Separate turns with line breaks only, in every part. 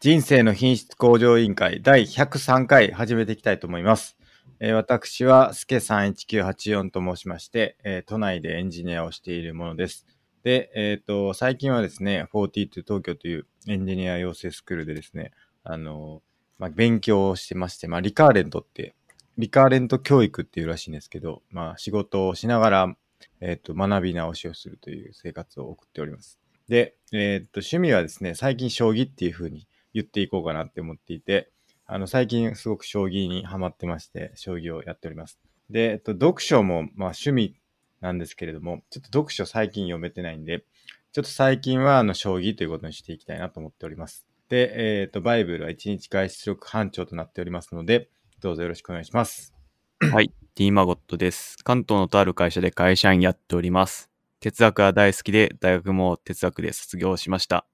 人生の品質向上委員会第103回始めていきたいと思います。えー私は、すけ31984と申しまして、えー都内でエンジニアをしているものです。で、えっ、と、最近はですね、42東京というエンジニア養成スクールでですね、あのーまあ、勉強をしてまして、まあ、リカーレントって、リカーレント教育っていうらしいんですけど、まあ、仕事をしながら、えっ、と、学び直しをするという生活を送っております。で、えっ、と、趣味はですね、最近将棋っていう風に言っていこうかなって思っていて、あの、最近すごく将棋にハマってまして、将棋をやっております。で、えっと、読書も、まあ、趣味なんですけれども、ちょっと読書最近読めてないんで、ちょっと最近は、あの、将棋ということにしていきたいなと思っております。で、えっと、バイブルは1日外出力班長となっておりますので、どうぞよろしくお願いします。
はい、D マゴットです。関東のとある会社で会社員やっております。哲学は大好きで、大学も哲学で卒業しました。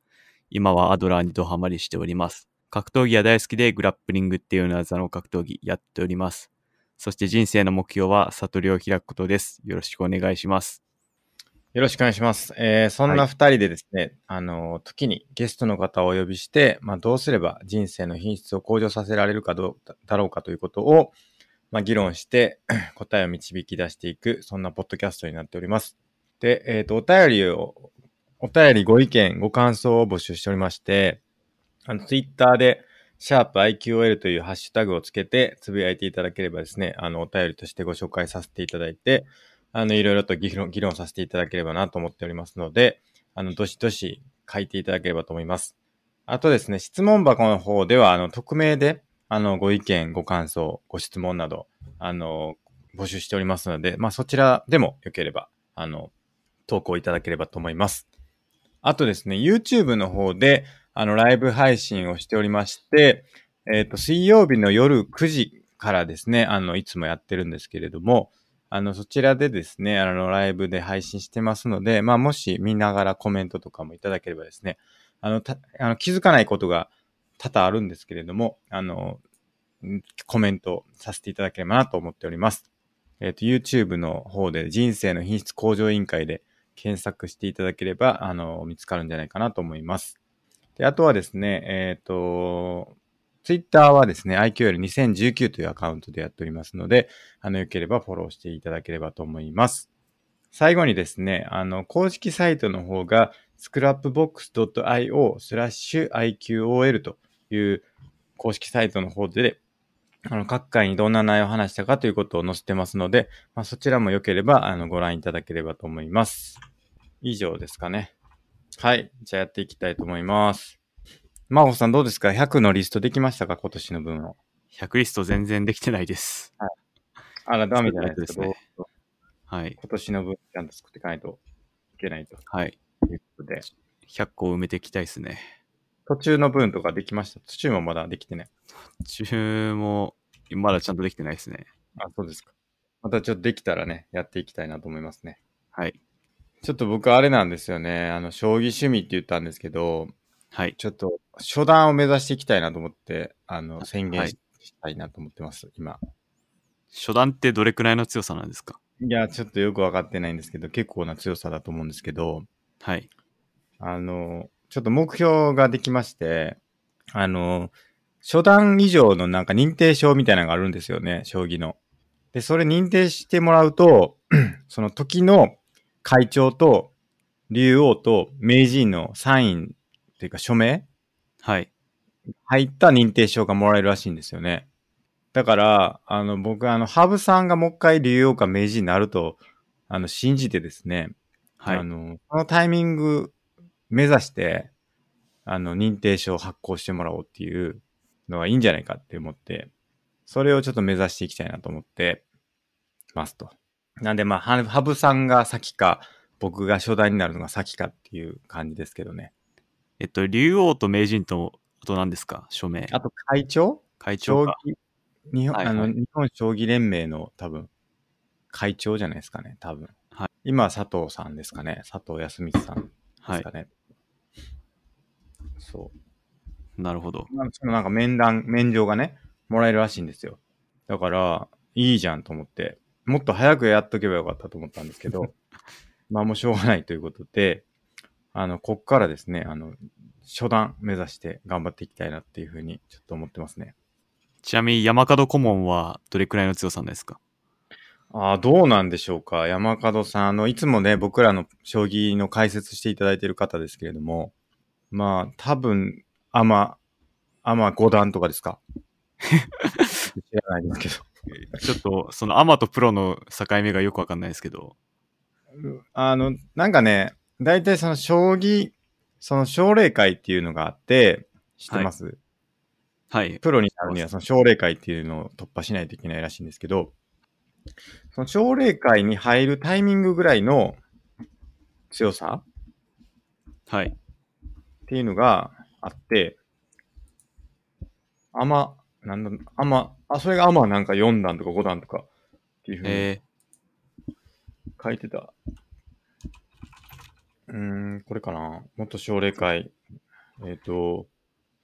今はアドラーにドハマりしております。格闘技は大好きで、グラップリングっていうような技の格闘技やっております。そして人生の目標は悟りを開くことです。よろしくお願いします。
よろしくお願いします。えーそんな二人でですね、あの、時にゲストの方をお呼びして、まあ、どうすれば人生の品質を向上させられるかどうだろうかということを、まあ、議論して、 答えを導き出していく、そんなポッドキャストになっております。で、えっ、と、お便りを、お便りご意見、ご感想を募集しておりまして、あの、ツイッターで、シャープ i q o l というハッシュタグをつけて、つぶやいていただければですね、あの、お便りとしてご紹介させていただいて、あの、いろいろと議論、議論させていただければなと思っておりますので、あの、どしどし書いていただければと思います。あとですね、質問箱の方では、あの、匿名で、あの、ご意見、ご感想、ご質問など、あの、募集しておりますので、まあ、そちらでもよければ、あの、投稿いただければと思います。あとですね、YouTube の方で、あの、ライブ配信をしておりまして、えっ、と、水曜日の夜9時からですね、あの、いつもやってるんですけれども、あの、そちらでですね、あの、ライブで配信してますので、まあ、もし見ながらコメントとかもいただければですね、あの、たあの気づかないことが多々あるんですけれども、あの、んコメントさせていただければなと思っております。えっ、と、YouTube の方で人生の品質向上委員会で検索していただければ、あの、見つかるんじゃないかなと思います。で、あとはですね、えっ、と、Twitter はですね、IQL2019 というアカウントでやっておりますので、あの、よければフォローしていただければと思います。最後にですね、あの、公式サイトの方が、scrapbox.io スラッシュ IQOL という公式サイトの方で、あの、各回にどんな内容を話したかということを載せてますので、まあ、そちらも良ければ、あの、ご覧いただければと思います。以上ですかね。はい。じゃあやっていきたいと思います。真帆さんどうですか ?100 のリストできましたか今年の分を。
100リスト全然できてないです。
あら、ダメじゃないですけ
そう
ど
いうこはい。
今年の分ちゃんと作っていかないといけないと
はい。
いうことで。
100個を埋めていきたいですね。
途中の分とかできました途中もまだできてない。
中も、まだちゃんとできてないですね。
あ、そうですか。またちょっとできたらね、やっていきたいなと思いますね。
はい。
ちょっと僕あれなんですよね。あの、将棋趣味って言ったんですけど、
はい。
ちょっと初段を目指していきたいなと思って、あの、宣言
はい
し,、たいなと思ってます、今。
初段ってどれくらいの強さなんですか
いや、ちょっとよくわかってないんですけど、結構な強さだと思うんですけど、
はい。
あの、ちょっと目標ができまして、あの、初段以上のなんか認定証みたいなのがあるんですよね、将棋の。で、それ認定してもらうと、 その時の会長と竜王と名人のサインというか署名
はい。
入った認定証がもらえるらしいんですよね。だから、あの、僕、あの、ハブさんがもう一回竜王か名人になると、あの、信じてですね、
は
あ
い。
の、このタイミング目指して、あの、認定証を発行してもらおうっていうのがいいんじゃないかって思って、それをちょっと目指していきたいなと思ってますと。なんでまあ、は羽生さんが先か、僕が初代になるのが先かっていう感じですけどね。
えっと、竜王と名人と、あと何ですか署名。
あと会長
会
将
長
棋
か。、
日本、
はいはい
あの、日本将棋連盟の多分、会長じゃないですかね、多分。
は
今は佐藤さんですかね、佐藤康光さんで
は
す
い
か。ね。そう。
なるほど。
まあそのなんか面談、免状がね、もらえるらしいんですよ。だから、いいじゃんと思って、もっと早くやっとけばよかったと思ったんです けど、まあもうしょうがないということで、あの、こっからですね、あの、初段目指して頑張っていきたいなっていうふうにちょっと思ってますね。
ちなみに山門顧問はどれくらいの強さなんですか
ああ、どうなんでしょうか。山門さん、あの、いつもね、僕らの将棋の解説していただいている方ですけれども、まあ、多分、アマ、アマ5段とかですか知らないですけど。
ちょっと、そのアマとプロの境目がよくわかんないですけど。
あの、なんかね、大体その将棋、その奨励会っていうのがあって、知ってます、
はい。
プロになるにはその奨励会っていうのを突破しないといけないらしいんですけど、その奨励会に入るタイミングぐらいの強さ
はい。
っていうのがあって、あま、なんだ、あま、あ、それがあまなんか4段とか5段とかっていうふうに
え
書いてた。うーん、これかな。元奨励会。えっ、と、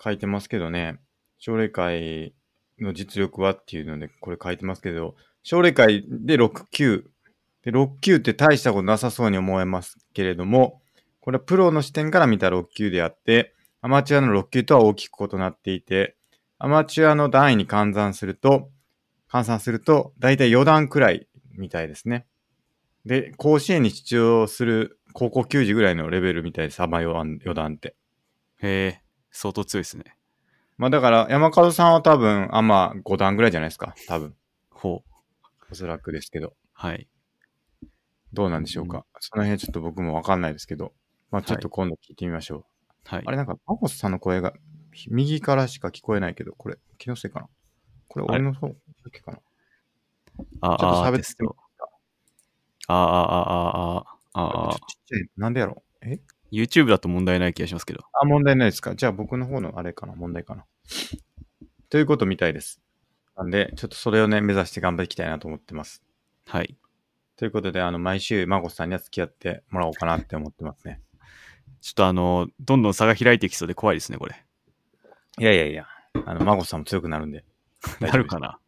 書いてますけどね。奨励会の実力はっていうので、これ書いてますけど、奨励会で6級。で、6級って大したことなさそうに思えますけれども、これはプロの視点から見た6級であって、アマチュアの6級とは大きく異なっていて、アマチュアの段位に換算すると、換算すると、だいたい4段くらいみたいですね。で、甲子園に出場する高校球児ぐらいのレベルみたいです、幅4段って。
ー、へえ、相当強いですね。
まあだから、山門さんは多分、あ、まあ5段ぐらいじゃないですか、多分。
ほう。
おそらくですけど。
はい。
どうなんでしょうか。その辺ちょっと僕もわかんないですけど。まあちょっと今度聞いてみましょう。
はい
あ。れなんか、マコスさんの声がひ右からしか聞こえないけど、これ気のせいかな。これ俺の方だけかな。
ああ
ちょっと
ああ
喋
で
っ
す
てみ
とあああああああ
ちょっ
ああ
とちっちゃい。なんでやろうえ
YouTube だと問題ない気がしますけど。
あ、問題ないですか。じゃあ僕の方のあれかな、問題かな。ということみたいです。なんで、ちょっとそれをね、目指して頑張っていきたいなと思ってます。
はい。
ということで、あの、毎週、マコスさんには付き合ってもらおうかなって思ってますね。
ちょっとあの、どんどん差が開いていきそうで怖いですね、これ。
いやいやいや、あの、マコスさんも強くなるんで。
なるかな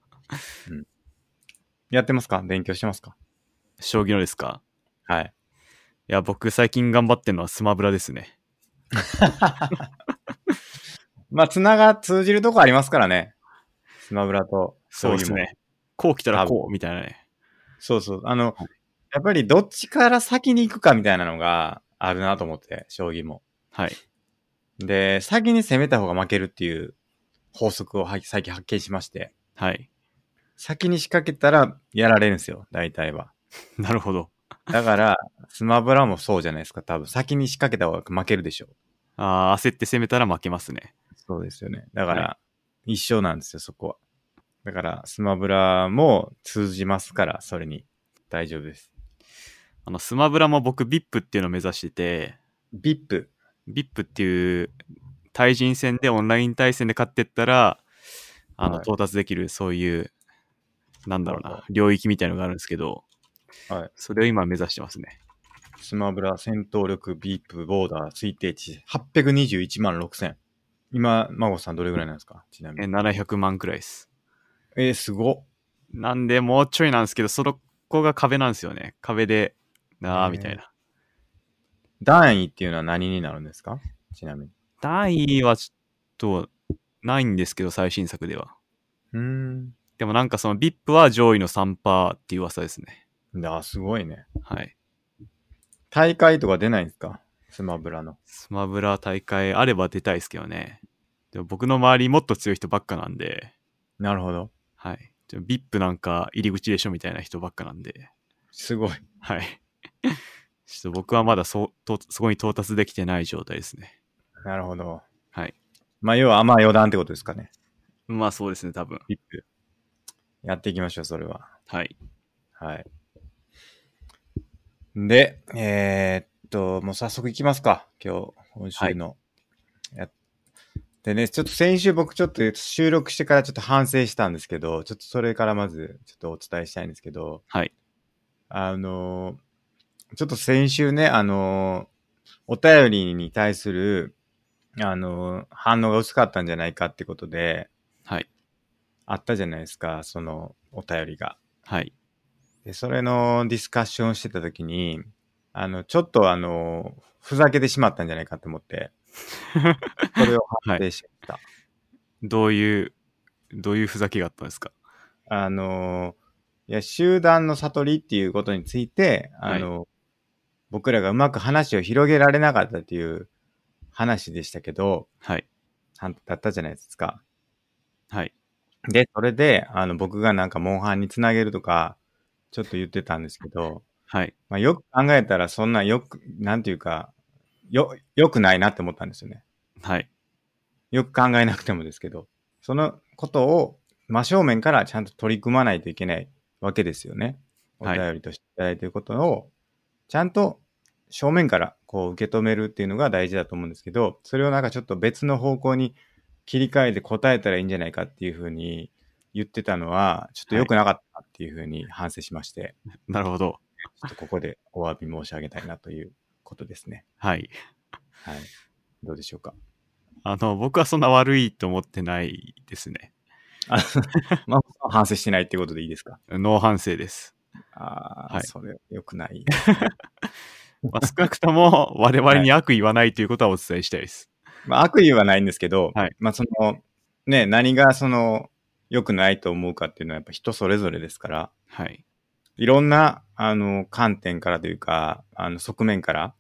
やってますか勉強してますか
将棋のですか
はい。
いや、僕最近頑張ってるのはスマブラですね。
まあ、綱が通じるとこありますからね。スマブラと。
そうです
将棋も
ね。こう来たらこう、みたいなね。
そうそう。あの、やっぱりどっちから先に行くかみたいなのがあるなと思って、将棋も。
はい。
で、先に攻めた方が負けるっていう法則をは最近発見しまして、
はい。
先に仕掛けたらやられるんですよ、大体は。
なるほど。
だ から、スマブラもそうじゃないですか、多分。先に仕掛けた方が負けるでしょう。
ああ、焦って攻めたら負けますね。
そうですよね。だから、
は
一緒なんですよ、そこは。だから、スマブラも通じますから、それに。大丈夫です。
あの、スマブラも僕 VIP っていうのを目指してて、
VIP。
VIP っていう対人戦でオンライン対戦で勝ってったら、あの、
はい
到達できるそういう、なんだろう
はいは
な、領域みたいのがあるんですけど、
はい
それを今目指してますね。
スマブラ戦闘力 VIP ボーダー推定値821万6000。今、孫さんどれぐらいなんですかちな
え、
みに。
700万くらいです。
えー、すごっ。
なんで、もうちょいなんですけど、そこが壁なんですよね。壁で、な
へ
あ、
ー
みたいな。
段位っていうのは何になるんですかちなみに。
単位はちょっと、ないんですけど、最新作では。
うーん。
でもなんかその VIP は上位の3%っていう噂ですね。
だ、すごいね。
はい。
大会とか出ないんですかスマブラの。
スマブラ大会あれば出たいですけどね。でも僕の周りもっと強い人ばっかなんで、
なるほど。
はい。ちょ VIP なんか入り口でしょみたいな人ばっかなんで、
すごい。
はい。 ちょっと僕はまだそとそこに到達できてない状態ですね。
なるほど。
はい。
まあ、要は、まあ余談ってことですかね。
まあそうですね、多分。
VIP。やっていきましょう、それは。
はい。
はい。で、えーっと、もう早速いきますか。今日、今週の。やでね、ちょっと先週僕ちょっと収録してからちょっと反省したんですけど、ちょっとそれからまずちょっとお伝えしたいんですけど、
はい。
あのーちょっと先週ね、あのーお便りに対する、あのー反応が薄かったんじゃないかってことで、
はい。
あったじゃないですか、そのお便りが。
はい。
で、それのディスカッションをしてた時に、あの、ちょっとあの、ふざけてしまったんじゃないかと思って、それを判定しました。
どういう、どういうふざけがあったんですか
あのーいや、集団の悟りっていうことについて、あのー僕らがうまく話を広げられなかったっていう話でしたけど、
はい。
はんだったじゃないですか。
はい。
で、それで、あの、僕がなんか、モンハンにつなげるとか、ちょっと言ってたんですけど、
はい。
まあ、よく考えたら、そんなよく、なんていうか、よ、良くないなって思ったんですよね。
はい。
よく考えなくてもですけど、そのことを真正面からちゃんと取り組まないといけないわけですよね。お
はい
便りとしていただいていることを、ちゃんと正面からこう受け止めるっていうのが大事だと思うんですけど、それをなんかちょっと別の方向に切り替えて答えたらいいんじゃないかっていうふうに言ってたのは、ちょっと良くなかったっていうふうに反省しまして、
なるほど。
ちょっとここでお詫び申し上げたいなということですね。
はい。
はい。どうでしょうか。
あの、僕はそんな悪いと思ってないですね。
あ まあ、反省してないってことでいいですか
ノー反 省です。
ああ、
はい
それ良くない。
まあ、少なくとも我々に悪意はないということはお伝えしたいです。
まあ、悪意はないんですけど、
はい
まあその、ね、何がその、良くないと思うかっていうのはやっぱ人それぞれですから、
はい。
いろんな、あの、観点からというか、あの、側面から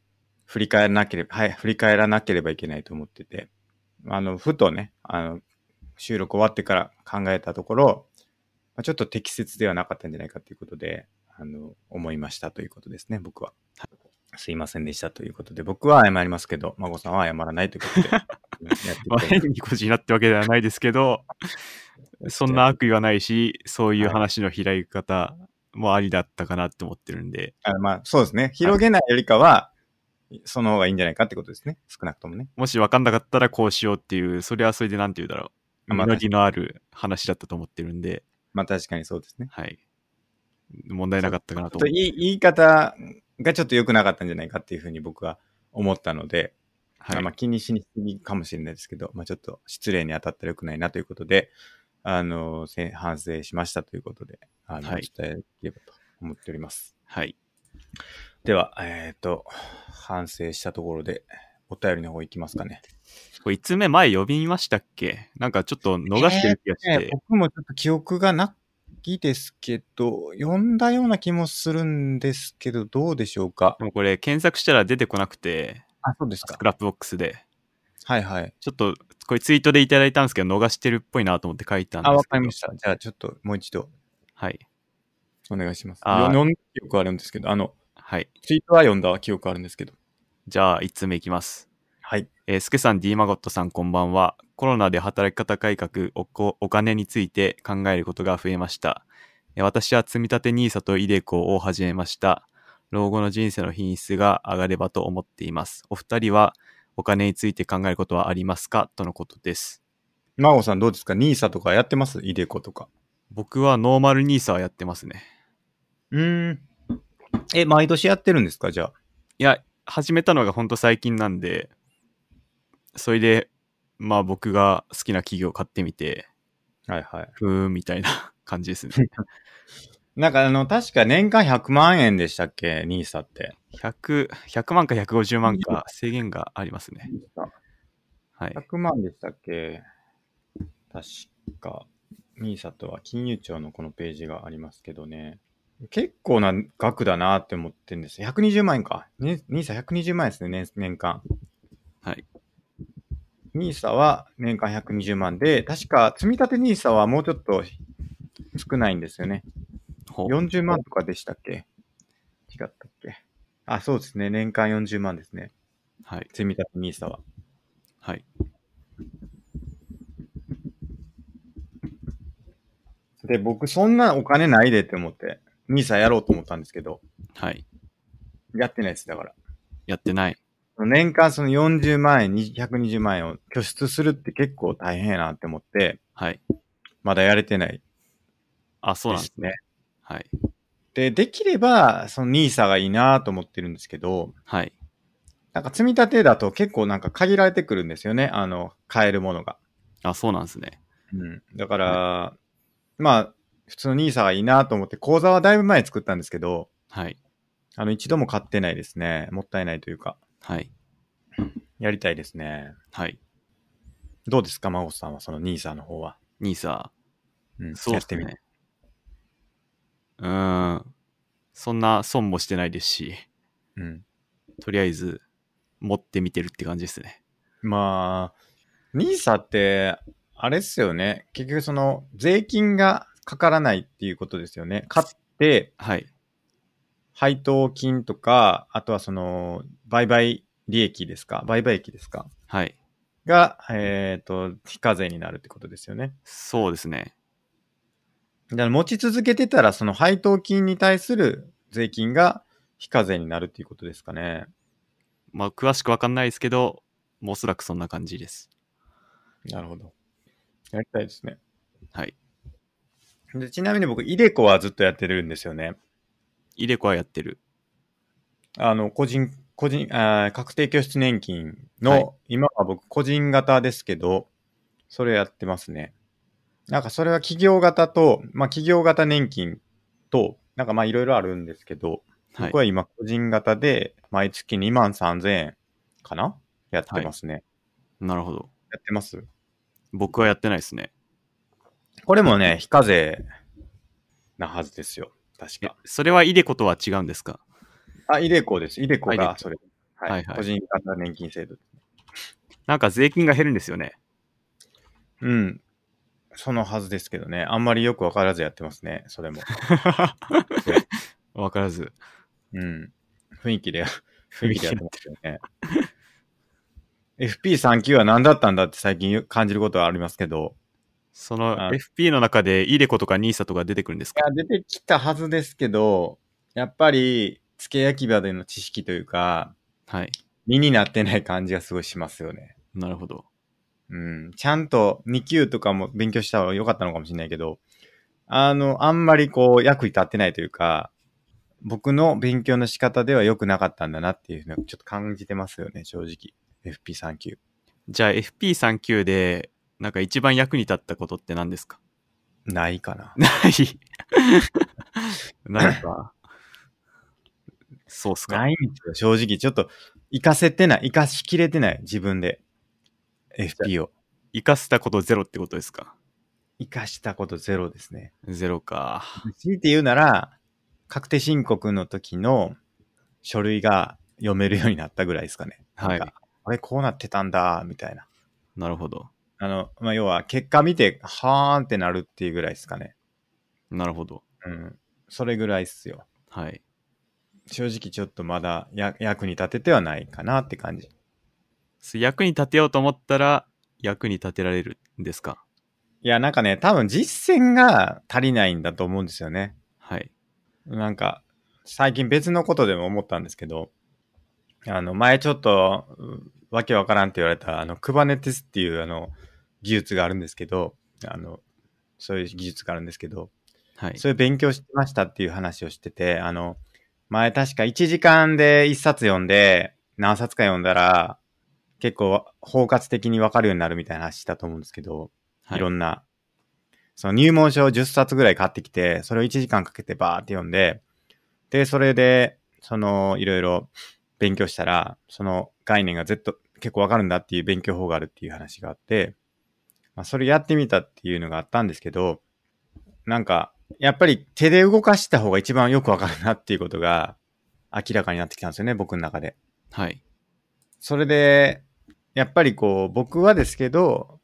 振り返らなければ、はい、振り返らなければいけないと思ってて、あの、ふとね、あの、収録終わってから考えたところ、まあ、ちょっと適切ではなかったんじゃないかということで、あの、思いましたということですね、僕は。すいませんでしたということで、僕は謝りますけど、孫さんは謝らないということで、やっていこ
まあ、
う
変にこじらってわけではないですけど、そんな悪意はないし、そういう話の開き方もありだったかなって思ってるんで、
あまあ、そうですね。広げないよりかは、その方がいいんじゃないかってことですね。少なくともね。
もし分かんなかったらこうしようっていう、それはそれでなんて言うんだろう。
まあ
実りのある話だったと思ってるんで、
まあ確かにそうですね。
はい。問題なかったかな
ちょ
と
っと
思。
いうい言い方がちょっと良くなかったんじゃないかっていうふうに僕は思ったので、
はい
まあ、気にしにすぎかもしれないですけど、まあ、ちょっと失礼に当たったら良くないなということで、あの、せ反省しましたということで、あの、
はい
伝えればと思っております。
はい。
では、えっ、と、反省したところで、お便りの方行きますかね。
これ5つ目前呼びましたっけなんかちょっと逃してる気がして、
僕もちょっと記憶がないですけど、読んだような気もするんですけど、どうでしょうか
で。もこれ検索したら出てこなくて、
あ、そうです
スクラップボックスで。
はいはい。
ちょっと、これツイートでいただいたんですけど、逃してるっぽいなと思って書いたんですけ
あ、
ど。
わかりました。じゃあ、ちょっともう一度
はい。
お願いします。
あー
読んだ記憶あるんですけど、あの、
はい。
ツイートは読んだ記憶あるんですけど。
じゃあ、1つ目いきます。
はい。
えー、スケさん、D マゴットさん、こんばんは。コロナで働き方改革おこ、お金について考えることが増えました。えー私は積み立て NISA とイデコを始めました。老後の人生の品質が上がればと思っています。お二人はお金について考えることはありますかとのことです。
マゴさんどうですかニーサとかやってますイデコとか。
僕はノーマル NISA はやってますね。
うーん。え、毎年やってるんですかじゃあ。
いや、始めたのがほんと最近なんで、それで、まあ僕が好きな企業を買ってみて、
はいはい。
ふーんみたいな 感じですね。
なんかあの、確か年間100万円でしたっけニーサって。
100、100万か150万か制限がありますね。はい。
100万でしたっけ確か。ニーサとは金融庁のこのページがありますけどね。結構な額だなって思ってるんです。120万円か。ねニーサ120万円ですね、年年間。
はい。
NISA は年間120万で、確か積立 NISA はもうちょっと少ないんですよね。
ほう
40万とかでしたっけ違ったっけあ、そうですね。年間40万ですね。
はい。
積立 NISA は。
はい。
で、僕そんなお金ないでって思って、NISA やろうと思ったんですけど、
はい。
やってないです。だから。
やってない。年
年間その40万円、120万円を拠出するって結構大変やなって思って、
はい。
まだやれてない
あ、そう
で
なんですす
ね
ね。。はい。
で、できれば、その NISA がいいなと思ってるんですけど、
はい。
なんか積み立てだと結構なんか限られてくるんですよね。あの、買えるものが。
あ、そうなんですね。
うん。だから、まあ、普通の NISA がいいなと思って、口座はだいぶ前に作ったんですけど、
はい。
あの、一度も買ってないですね。もったいないというか。
はい。
やりたいですね。
はい。
どうですか、孫さんは、そのニーサの方は。
ニーサ
うん、
そう
やっ
です
てみ
ね。うーん。そんな損もしてないですし、
うん。
とりあえず持ってみてるって感じですね。
まあ、ニーサって、あれっすよね。結局その、税金がかからないっていうことですよね。買って、
はい。
配当金とか、あとはその、売買利益ですか売買益ですか
はい。
が、えっ、と、非課税になるってことですよね。
そうですね。
だから持ち続けてたら、その配当金に対する税金が非課税になるっていうことですかね。
まあ、詳しくわかんないですけど、もうおそらくそんな感じです。
なるほど。やりたいですね。
はい。
でちなみに僕、イデコはずっとやってるんですよね。
イデコはやってる。
あの、個人、個人、あー確定拠出年金の、
はい
今は僕、個人型ですけど、それやってますね。なんかそれは企業型と、まあ企業型年金と、なんかまあいろいろあるんですけど、
はい
僕。は今個人型で、毎月2万3000円かなやってますね。
なるほど。
やってます。
僕はやってないですね。
これもね、非課税なはずですよ。確
え
か。
それはイデコとは違うんですか
あ、イデコです。イデコ
あイデ
が
コ
それ。はい。
はいはい
個人型年金制度。
なんか税金が減るんですよね。
うん。そのはずですけどね。あんまりよくわからずやってますね。それも。
わからず。
うん。雰囲気 で、雰囲気でやってますよね。FP3 級は何だったんだって最近よ感じることはありますけど。
その
あ
FP の中でイデコとかニーサとか出てくるんです
い
か
や、出てきたはずですけど、やっぱり、付け焼き場での知識というか、
はい。
身になってない感じがすごいしますよね。
なるほど。
うん、ちゃんと2級とかも勉強した方が良かったのかもしれないけど、あの、あんまりこう役に立ってないというか、僕の勉強の仕方では良くなかったんだなっていうのをちょっと感じてますよね、正直。FP3 級。
じゃあ FP3 級で、なんか一番役に立ったことって何ですか
ないかな。
ない。なんか、そうっすか。
ないんですよ、正直。ちょっと、活かせてない、活かしきれてない、自分で。FP を。
生かせたことゼロってことですか
活かしたことゼロですね。
ゼロか。
強いて言うなら、確定申告の時の書類が読めるようになったぐらいですかね。
はい
なんかあれ、こうなってたんだ、みたいな。
なるほど。
あの、まあ、要は、結果見て、はーんってなるっていうぐらいですかね。
なるほど。
うん。それぐらいっすよ。
はい。
正直ちょっとまだや役に立ててはないかなって感じ。
そう役に立てようと思ったら、役に立てられるんですか
いや、なんかね、多分実践が足りないんだと思うんですよね。
はい。
なんか、最近別のことでも思ったんですけど、あの、前ちょっと、うんわけわからんって言われた、あの、クバネティスっていう、あの、技術があるんですけど、あの、そういう技術があるんですけど、
はい。
そういう勉強してましたっていう話をしてて、あの、前確か1時間で1冊読んで、何冊か読んだら、結構包括的にわかるようになるみたいな話したと思うんですけど、
はい
いろんな、その入門書を10冊ぐらい買ってきて、それを1時間かけてバーって読んで、で、それで、その、いろいろ勉強したら、その概念が絶対結構わかるんだっていう勉強法があるっていう話があって、まあ、それやってみたっていうのがあったんですけど、なんか、やっぱり手で動かした方が一番よくわかるなっていうことが明らかになってきたんですよね、僕の中で。
はい。
それで、やっぱりこう、僕はですけど、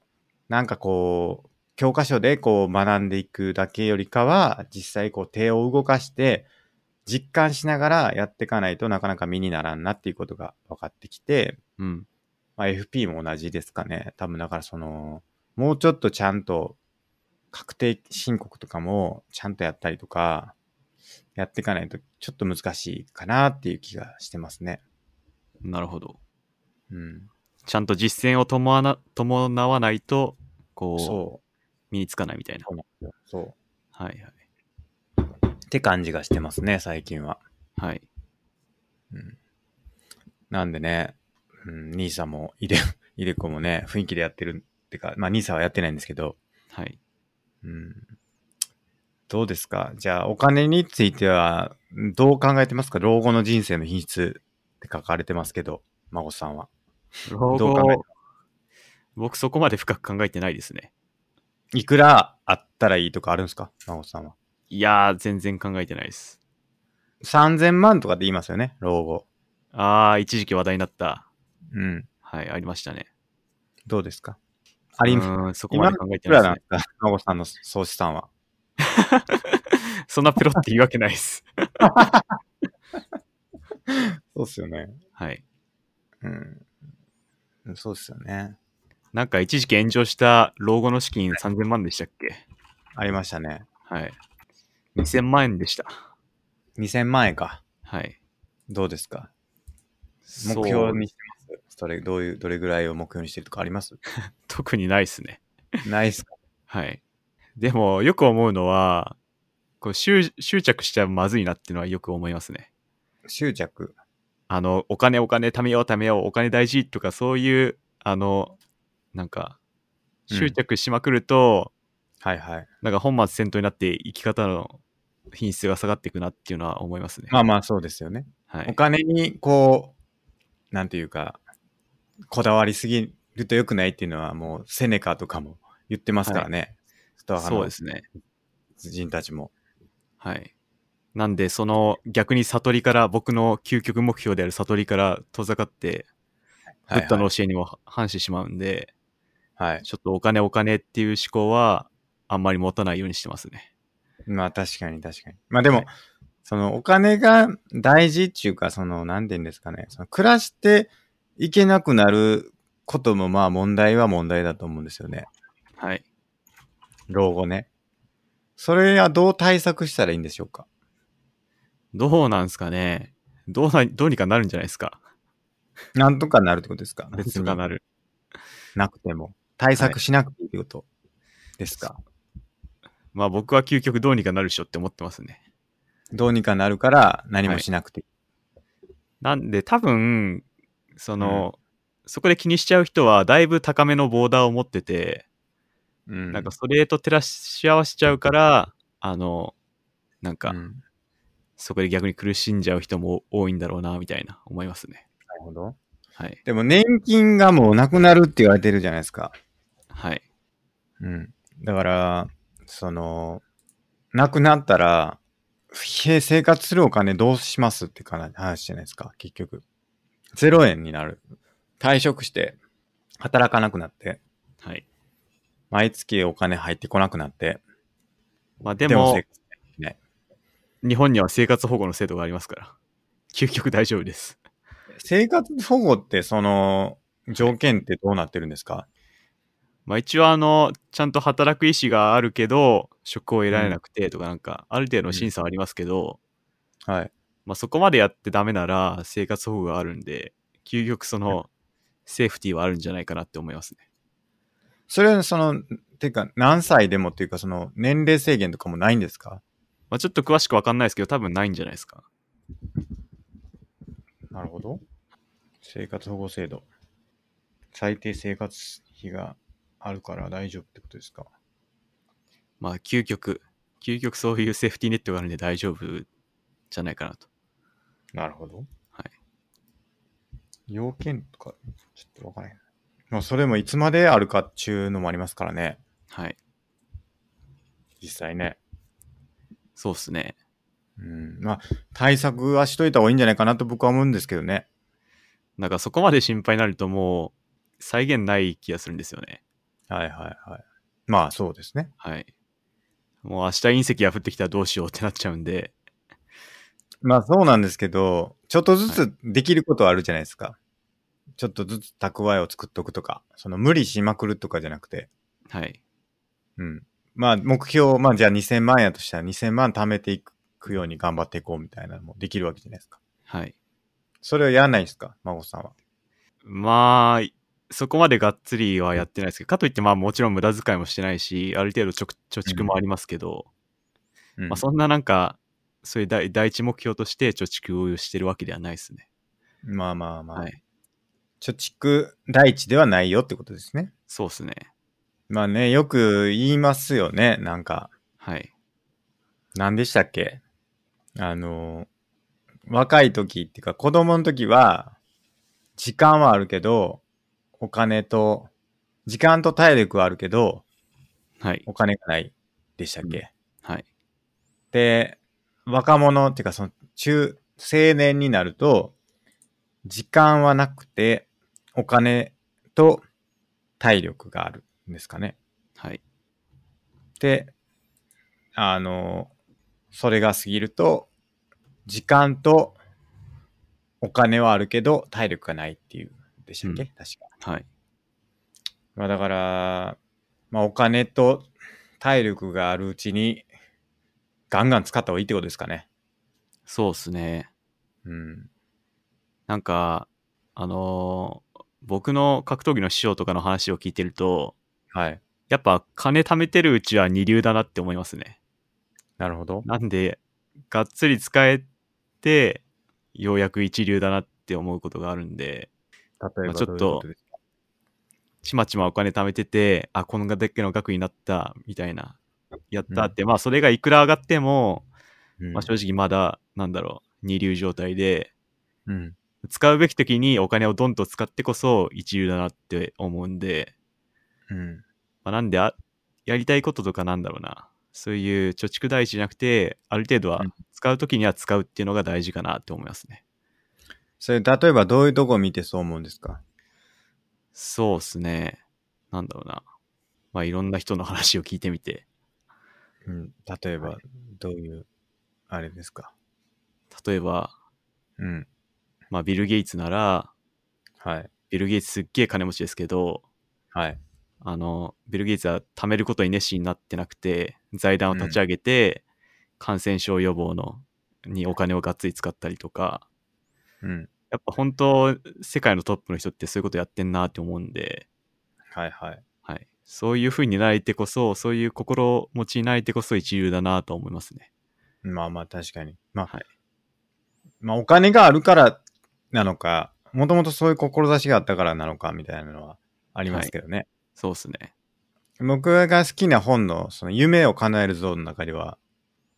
なんかこう、教科書でこう学んでいくだけよりかは、実際こう手を動かして、実感しながらやっていかないとなかなか身にならんなっていうことが分かってきて、
うん。
まあ、FP も同じですかね。多分だからその、もうちょっとちゃんと確定申告とかもちゃんとやったりとか、やっていかないとちょっと難しいかなっていう気がしてますね。
なるほど。
うん。
ちゃんと実践を伴わな伴わないと、こう、
そう。
身につかないみたいな
そ。うなんですよ。そ
はいはい。
う。って感じがしてますね、最近は。
はい。
うん、なんでね、うん、兄さんも、 イデ、イデコもね、雰囲気でやってるってか、まあ兄さんはやってないんですけど、
はい。
うん、どうですかじゃあ、お金については、どう考えてますか老後の人生の品質って書かれてますけど、孫さんは。
老
どう考え
後、僕そこまで深く考えてないですね。
いくらあったらいいとかあるんですか真帆さんは。
いやー、全然考えてないです。
3000万とかって言いますよね、老後。
あー、一時期話題になった。
うん。
はい、ありましたね。
どうですかあり
う
ます
ーん、そこまで考え
い
て
く
な
ら
いで
な
す
ん
ね
です。か真帆さんの総資産は。
そんなプロって言うわけないです。
そうっすよね。
はい。
うん。そうっすよね。
なんか一時期炎上した老後の資金3000万でしたっけ
ありましたね。
はい。2000万円でした。
2000万円か。
はい。
どうですか目
そう
標にしてます。それ、どういう、どれぐらいを目標にしてるとかあります
特にないですね。
ないっすか
はい。でも、よく思うのは、こう執執着しちゃまずいなっていうのはよく思いますね。
執着。
あの、お金お金貯めよう貯めよう、お金大事とかそういう、あの、なんか、
うん
執着しまくると、
はいはい。
なんか本末転倒になって生き方の品質が下がっていくなっていうのは思いますね。
まあまあ、そうですよね。
は
お
い。
金に、こう、なんていうか、こだわりすぎると良くないっていうのは、もう、セネカとかも言ってますからね。ストア
そう
派
ですね。
の人たちも。
はい。なんで、その逆に悟りから、僕の究極目標である悟りから遠ざかって、ブ
はいはい
ッダの教えにも反してしまうんで、
はい。
ちょっとお金お金っていう思考は、あんまり持たないようにしてますね。
まあ確かに確かに。まあでも、
はい
そのお金が大事っていうか、その、なんて言うんですかね。その暮らしていけなくなることもまあ問題は問題だと思うんですよね。
はい。
老後ね。それはどう対策したらいいんでしょうか
どうなんすかねどうな、どうにかなるんじゃないですか
なんとかなるってことですか
別とかなる。
なくても。対策しなくていいってことですか、
まあ僕は究極どうにかなるっしょって思ってますね。
どうにかなるから何もしなくていい。
なんで多分、その、そこで気にしちゃう人は、だいぶ高めのボーダーを持ってて、
うん
なんかそれと照らし合わせちゃうから、あの、なんか
う、んな
そこで逆に苦しんじゃう人も多いんだろうな、みたいな、思いますね。
るほど。
はい。
でも年金がもうなくなるって言われてるじゃないですか。
はい。
うん。だから、その、亡くなったら、へ生活するお金どうしますってかな話じゃないですか、結局。0円になる。退職して、働かなくなって、
はい。
毎月お金入ってこなくなって、
まあでも、
せ
日本には生活保護の制度がありますから、究極大丈夫です。
生活保護ってその条件ってどうなってるんですか
まあ一応あの、ちゃんと働く意思があるけど、職を得られなくてとかなんか、ある程度の審査はありますけど、
はい。
まあそこまでやってダメなら生活保護があるんで、究極その、セーフティーはあるんじゃないかなって思いますね。
それはその、ていうか何歳でもっていうかその年齢制限とかもないんですか
まあちょっと詳しくわかんないですけど、多分ないんじゃないですか。
なるほど。生活保護制度。最低生活費があるから大丈夫ってことですか。
まあ究極、究極そういうセーフティーネットがあるんで大丈夫じゃないかなと。
なるほど。
はい。
要件とか、ちょっとわからない。まあ、それもいつまであるかっちゅうのもありますからね。
はい。
実際ね。
そうっすね。
うん。まあ、対策はしといた方がいいんじゃないかなと僕は思うんですけどね。
なんかそこまで心配になるともう、再現ない気がするんですよね。
はいはいはい。まあ、そうですね。
はい。もう明日隕石が降ってきたらどうしようってなっちゃうんで、
まあ、そうなんですけど、ちょっとずつできることはあるじゃないですか。ちょっとずつ蓄えを作っとくとか、その無理しまくるとかじゃなくて、
はい。
うん。まあ、目標、まあ、じゃあ2000万円やとしたら2000万貯めていくように頑張っていこうみたいなのもできるわけじゃないですか。
はい。
それをやらないんですか孫さんは。
まあ、そこまでがっつりはやってないですけど、かといってまあもちろん無駄遣いもしてないし、ある程度貯貯蓄もありますけど、
うん
まあそんななんか、そういう第第一目標として貯蓄をしてるわけではないですね。
まあまあまあ。
はい。
貯蓄第一ではないよってことですね。
そうですね。
まあね、よく言いますよね。なんか、
はい。
何でしたっけあの、若い時っていうか子供の時は、時間はあるけど、お金と、時間と体力はあるけど、
はい。
お金がないでしたっけ、
はい。
で、若者っていうかその中、青年になると、時間はなくて、お金と体力があるんですかね。
はい。
で、あの、それが過ぎると、時間とお金はあるけど、体力がないっていうんでしたっけ、
うん
確か。
はい。
まあだから、まあお金と体力があるうちに、ガンガン使った方がいいってことですかね。
そうっすね。
うん。
なんか、あのー僕の格闘技の師匠とかの話を聞いてると、
はい。
やっぱ金貯めてるうちは二流だなって思いますね。
なるほど。
なんで、がっつり使えて、ようやく一流だなって思うことがあるんで、
例え
ま
ば
あちょっと
どういうことですか
ちまちまお金貯めてて、あ、このだけの額になった、みたいな、やったって、まあそれがいくら上がっても、
うん
まあ正直まだ、なんだろう、二流状態で、
うん。
使うべき時にお金をどんと使ってこそ一流だなって思うんで、
うん。
まあ、なんであ、やりたいこととかなんだろうな。そういう貯蓄大事じゃなくて、ある程度は
うん
使うときには使うっていうのが大事かなって思いますね。
それ、例えばどういうとこを見てそう思うんですか
そうですね。なんだろうな。まあいろんな人の話を聞いてみて、
うん。例え
は
ば
い、
どういう、あれですか
例えば、
うん。
まあビル・ゲイツなら、
はい。
ビル・ゲイツすっげえ金持ちですけど、
はい。
あの、ビル・ゲイツは貯めることに熱心になってなくて、財団を立ち上げて、感染症予防の、にお金をがっつり使ったりとか、
うん。
やっぱ本当、世界のトップの人ってそういうことやってんなって思うんで、
はいはい。
はい。そういう風になれてこそ、そういう心持ちになれてこそ一流だなと思いますね。
まあまあ確かに。まあ、
はい
まあお金があるからなのか、もともとそういう志があったからなのかみたいなのはありますけどね。
そうっすね。
僕が好きな本の、その夢を叶える像の中には、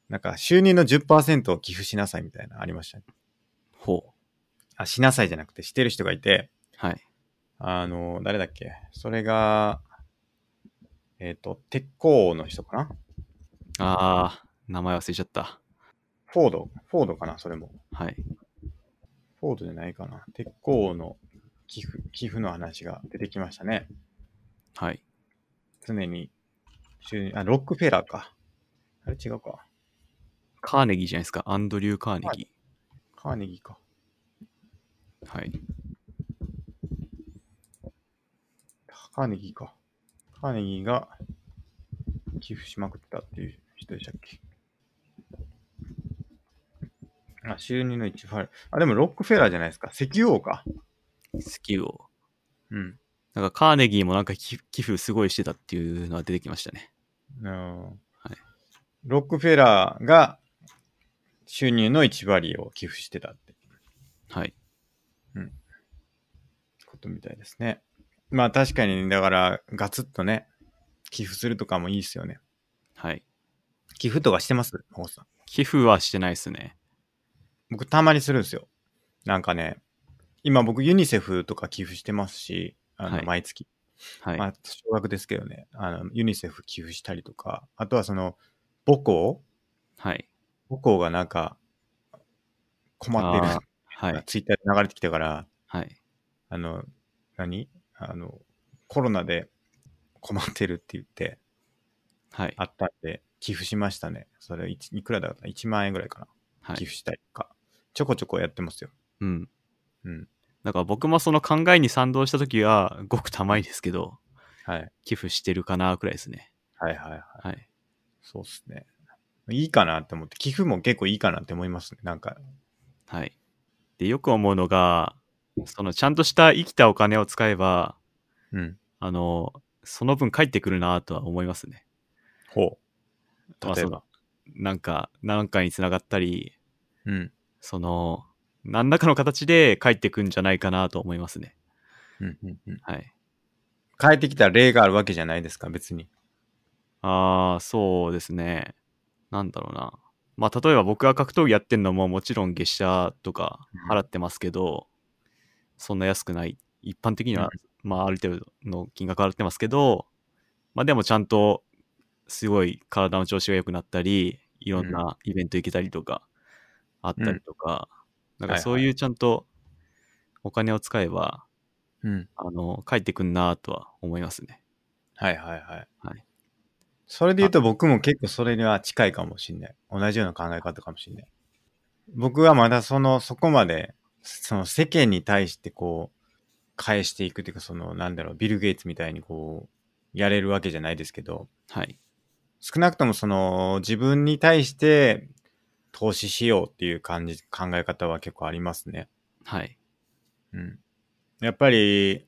なんか収入の10%を寄付しなさいみたいなのありましたね。
ほう。
あ、しなさいじゃなくてしてる人がいて、
はい。
あの、誰だっけそれが、えっ、と、鉄鋼王の人かな
あー、名前忘れちゃった。
フォードフォードかなそれも。
はい。
フォードじゃないかな鉄鋼王の寄付、寄付の話が出てきましたね。
はい。
常に収入、あ、ロックフェラーか。あれ違うか。
カーネギーじゃないですか。アンドリュー・カーネギ
カーネギーか。
ー。はい。
カーネギーか。カーネギーが寄付しまくったっていう人でしたっけあ、収入の一ファル。あ、でもロックフェラーじゃないですか。石油王か。
スキルを。
うん。
なんかカーネギーもなんか寄寄付すごいしてたっていうのは出てきましたね。
うん
はい
ロックフェラーが収入の1割を寄付してたって
はい。
ことみたいですね。まあ確かに、だからガツッとね、寄付するとかもいいですよね。
はい。
寄付とかしてます真帆さん。
寄付はしてないですね。
僕たまにするんですよ。なんかね、今僕ユニセフとか寄付してますし、あの
はい
毎月、
はい。
まあ少額ですけどね、あのユニセフ寄付したりとか、あとはその母校
はい。
母校がなんか困ってる、
あーはい。
ツイッターで流れてきたから、
はい。
あの、何あの、コロナで困ってるって言って
はい。
あったんで、寄付しましたね。それいちいくらだった1万円ぐらいかな。
は
寄
い。
付したりとか、ちょこちょこやってますよ。
うん。
うん。
だから僕もその考えに賛同したときは、ごくたまにですけど、
はい。
寄付してるかな、くらいですね。
はいはいはい。
はい。
そうっすね。いいかなって思って、寄付も結構いいかなって思いますね。なんか、
はい。で、よく思うのが、その、ちゃんとした生きたお金を使えば、
うん。
あの、その分返ってくるなとは思いますね。
ほ
まあ
う。例えば。
なんか、なんかにつながったり、
うん。
その、何らかの形で返ってくんじゃないかなと思いますね。
うんうんうん。
はい。
変えてきた例があるわけじゃないですか、別に。
ああ、そうですね。なんだろうな。まあ、例えば僕が格闘技やってんのももちろん月謝とか
うん
払ってますけど、そんな安くない。一般的にはまあ、ある程度の金額払ってますけど、まあ、でもちゃんと、すごい体の調子が良くなったり、いろんなイベント行けたりとか、あったりとか、なんかそう
はい
い
は
うちゃんとお金を使えば、
うん。
あの、帰ってくんなとは思いますね。
はいはいはい。
はい
それで言うと僕も結構それには近いかもしんない。同じような考え方かもしんない。僕はまだその、そこまで、その世間に対してこう、返していくっていうか、その、なんだろう、ビル・ゲイツみたいにこう、やれるわけじゃないですけど、
はい。
少なくともその、自分に対して投資しようっていう感じ、考え方は結構ありますね。
はい。
うん。やっぱり、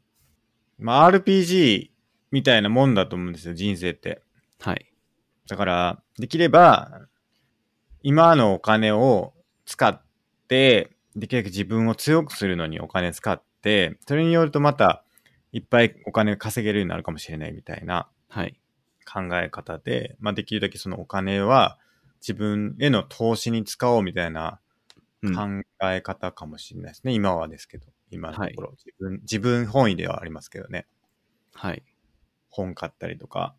まあ、RPG みたいなもんだと思うんですよ、人生って。
はい。
だから、できれば、今のお金を使って、できるだけ自分を強くするのにお金使って、それによるとまた、いっぱいお金稼げるようになるかもしれないみたいな
はい。
考え方で、まあ、できるだけそのお金は自分への投資に使おうみたいな
うん
考え方かもしれないですね。今はですけど、今のところ、自分、自分本位ではありますけどね。
はい。
本買ったりとか、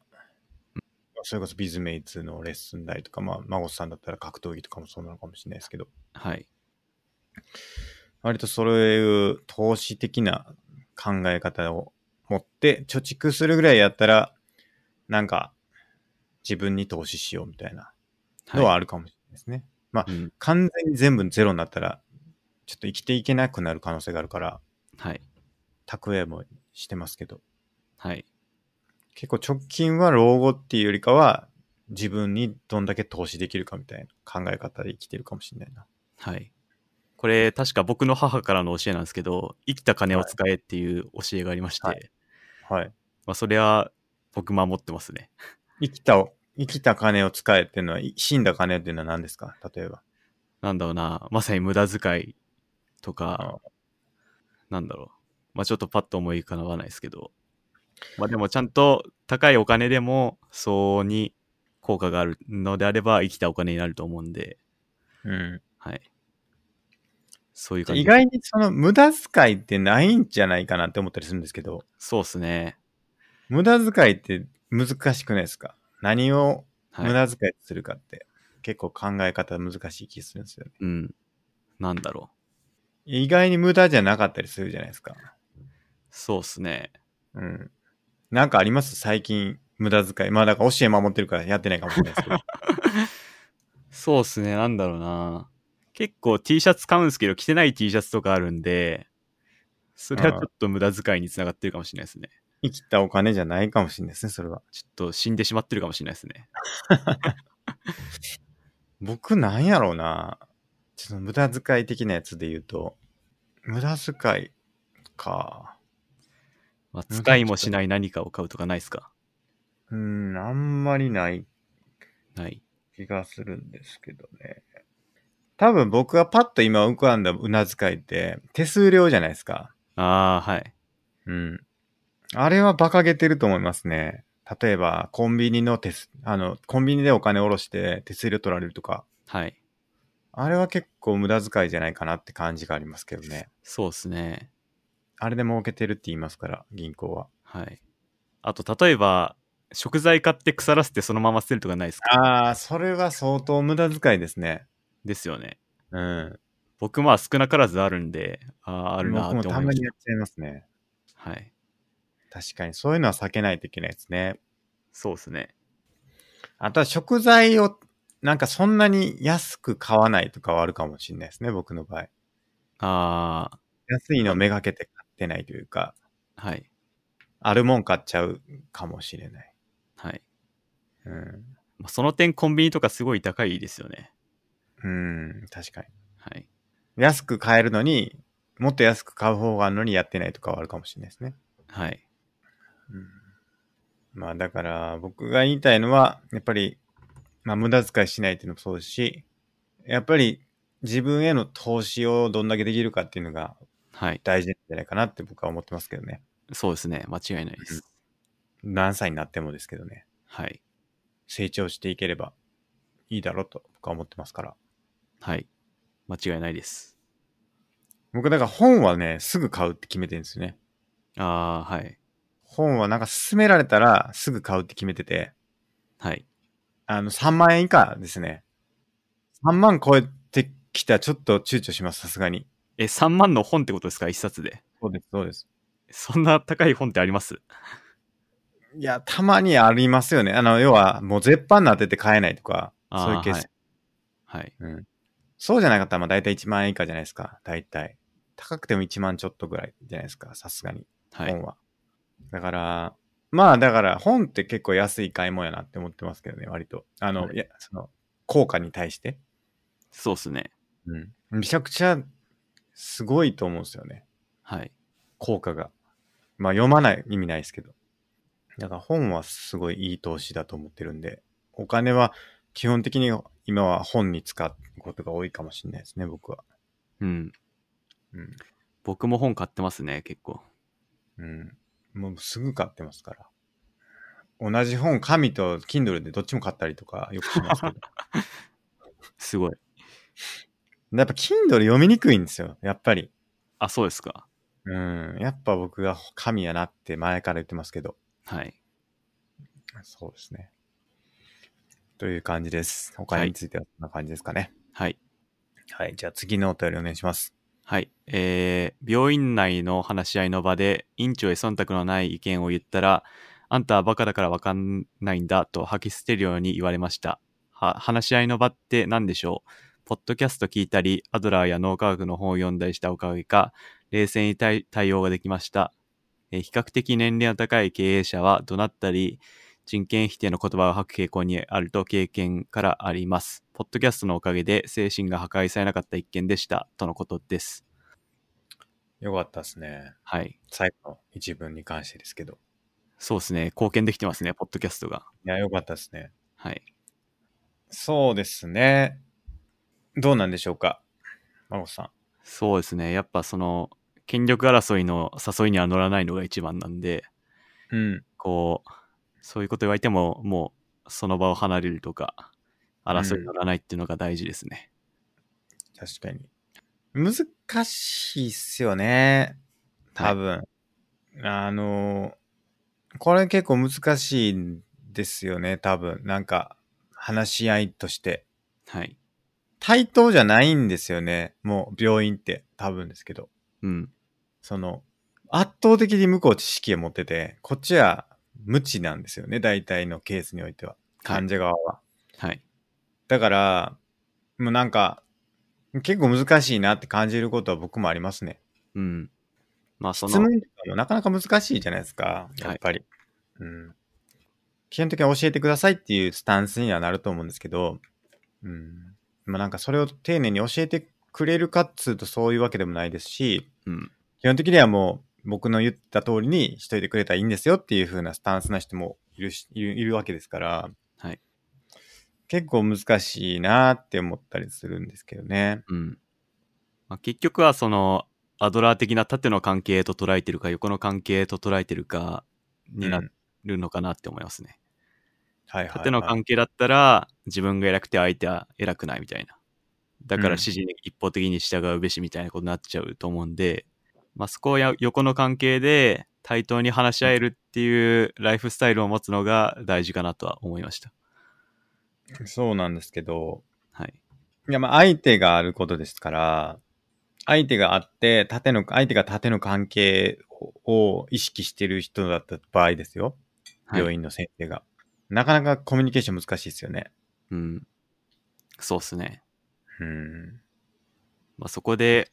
それこそビズメイツのレッスン代とか、まあ、孫さんだったら格闘技とかもそうなのかもしれないですけど、
はい。
割とそういう投資的な考え方を持って、貯蓄するぐらいやったら、なんか、自分に投資しようみたいなのは
は
あるかもしれないですね。まあ、
い。うん
完全に全部ゼロになったら、ちょっと生きていけなくなる可能性があるから、
はい。
蓄えもしてますけど、
はい。
結構直近は老後っていうよりかは自分にどんだけ投資できるかみたいな考え方で生きてるかもしれないな。
はい。これ、確か僕の母からの教えなんですけど、生きた金を使えっていう教えがありまして、
はいはい。
まあ、それは僕守ってますね。
生きたを、生きた金を使えっていうのは、い死んだ金っていうのは何ですか例えば。
なんだろうな、まさに無駄遣いとか、なんだろう。まあ、ちょっとパッと思い浮かばないですけど、まあ、でもちゃんと高いお金でも、そうに効果があるのであれば、生きたお金になると思うんで、
うん。
はい。そういう感じ。
意外にその無駄遣いってないんじゃないかなって思ったりするんですけど、
そうですね。
無駄遣いって難しくないですか何を
はい
無駄遣いするかって、結構考え方難しい気するんですよね。
うん。なんだろ
意外に無駄じゃなかったりするじゃないですか。
う。そうですね。
うん。なんかあります最近、無駄遣い。まあ、だから、教え守ってるからやってないかもしれないですけど。
そうっすね、なんだろうな。結構 T シャツ買うんですけど、着てない T シャツとかあるんで、それはちょっと無駄遣いにつながってるかもしれないですね。
生きたお金じゃないかもしれないですね、それは。
ちょっと死んでしまってるかもしれないですね。
僕、なんやろうな。ちょっと無駄遣い的なやつで言うと、無駄遣いか。
まあ、使いもしない何かを買うとかないですか
うん、あんまりない
ない。
気がするんですけどね。多分僕がパッと今浮かんだ無駄遣いって、手数料じゃないですか。
ああ、はい。
うん。あれは馬鹿げてると思いますね。例えば、コンビニの手す、あの、コンビニでお金下ろして手数料取られるとか、
はい。
あれは結構無駄遣いじゃないかなって感じがありますけどね。
そうっすね。
あれで儲けてるって言いますから、銀行は。
はい。あと、例えば、食材買って腐らせてそのまま捨てるとかないですか
ああ、それは相当無駄遣いですね。
ですよね。
うん。
僕、まあ少なからずあるんで、ああ、あるなーっ
僕
て
も
思
た
い
ま
まし
にやっちゃいますね。
た。はい。
確かに、そういうのは避けないといけないですね。
そうっすね。
あとは食材を、なんかそんなに安く買わないとかはあるかもしれないですね、僕の場合。
ああ、
安いのめがけて買ってないというか、
はい。
あるもん買っちゃうかもしれない。
はい。
うん。
まあその点コンビニとかすごい高いですよね。
うん、確かに。
はい。
安く買えるのに、もっと安く買う方があるのにやってないとかはあるかもしれないですね。
はい。
うん。まあだから、僕が言いたいのは、やっぱり、まあ無駄遣いしないっていうのもそうですし、やっぱり自分への投資をどんだけできるかっていうのが
はい。
大事なんじゃないかなって僕は思ってますけどね。
そうですね。間違いないです。
何歳になってもですけどね。
はい。
成長していければいいだろうと僕は思ってますから。
はい。間違いないです。
僕だから本はね、すぐ買うって決めてるんですよね。
ああ、はい。
本はなんか勧められたらすぐ買うって決めてて、
はい。
あの、3万円以下ですね。3万超えてきたらちょっと躊躇します、さすがに。
え、3万の本ってことですか一冊で。
そうです、そうです。
そんな高い本ってあります
いや、たまにありますよね。あの、要は、もう絶版になってて買えないとか、
あー
そういうケース。
はい。
そうじゃなかったら、まあ大体1万円以下じゃないですか、大体。高くても1万ちょっとぐらいじゃないですか、さすがに、
はい。
本は。だから、まあだから、本って結構安い買い物やなって思ってますけどね、割と。あの、
はい
い、や、その、効果に対して。
そうですね。
うん。めちゃくちゃ、すごいと思うんですよね。
はい。
効果が。まあ読まない意味ないですけど。だから本はすごいいい投資だと思ってるんで、お金は基本的に今は本に使うことが多いかもしれないですね、僕は。
うん。
うん。
僕も本買ってますね、結構。
うん。もうすぐ買ってますから。同じ本、紙と Kindle でどっちも買ったりとかよくしますけど。
すごい。
やっぱ Kindle 読みにくいんですよ、やっぱり。
あ、そうですか。
うん。やっぱ僕が紙やなって前から言ってますけど。
はい。
そうですね。という感じです。お金についてはこんな感じですかね。
はい。
はい。じゃあ次のお便りお願いします。
はい。えー、病院内の話し合いの場で、院長へ忖度のない意見を言ったら、あんたはバカだからわかんないんだと吐き捨てるように言われました。は、話し合いの場って何でしょうポッドキャスト聞いたり、アドラーや脳科学の本を読んだりしたおかげか、冷静に対対応ができました。えー比較的年齢の高い経営者は怒鳴ったり、人権否定の言葉を吐く傾向にあると経験からあります。ポッドキャストのおかげで精神が破壊されなかった一件でした。とのことです。
よかったですね。
はい。
最後の一文に関してですけど。
そうですね。貢献できてますね、ポッドキャストが。
いや、よかったですね。
はい。
そうですね。どうなんでしょうか。まこさん。
そうですね。やっぱその、権力争いの誘いには乗らないのが一番なんで、
うん。
こう、そういうこと言われても、もう、その場を離れるとか、争いに乗らないっていうのが大事ですね。
確かに。難しいっすよね。多分。あの、これ結構難しいんですよね。多分。なんか、話し合いとして。
はい。
対等じゃないんですよね。もう、病院って。多分ですけど。
うん。
その、圧倒的に向こう知識を持ってて、こっちは無知なんですよね。大体のケースにおいては。
はい
患者側は。
はい。
だから、もうなんか、結構難しいなって感じることは僕もありますね。
うん。まあ、そ
質
の、
問とかもなかなか難しいじゃないですか、やっぱり。うん。基本的に教えてくださいっていうスタンスにはなると思うんですけど、うん。まあなんかそれを丁寧に教えてくれるかっつうとそういうわけでもないですし、
うん。
基本的にはもう僕の言った通りにしといてくれたらいいんですよっていう風なスタンスな人もいるしいるいるわけですから、
はい。
結構難しいなって思ったりするんですけどね。
うん。まあ、結局は、その、アドラー的な縦の関係と捉えてるか、横の関係と捉えてるかにな
うん
るのかなって思いますね。
はいはい、はい。
縦の関係だったら自分が偉くて相手は偉くないみたいな。だから
うん
指示に一方的に従うべしみたいなことになっちゃうと思うんで、まあ、そこをや横の関係で対等に話し合えるっていうライフスタイルを持つのが大事かなとは思いました。
そうなんですけど、
はい。
いやまあ相手があることですから、相手があって、縦の、相手が縦の関係を意識してる人だった場合ですよ。
はい
病院の先生が。なかなかコミュニケーション難しいですよね。
うん。そうっすね。
うん。
まあ、そこで、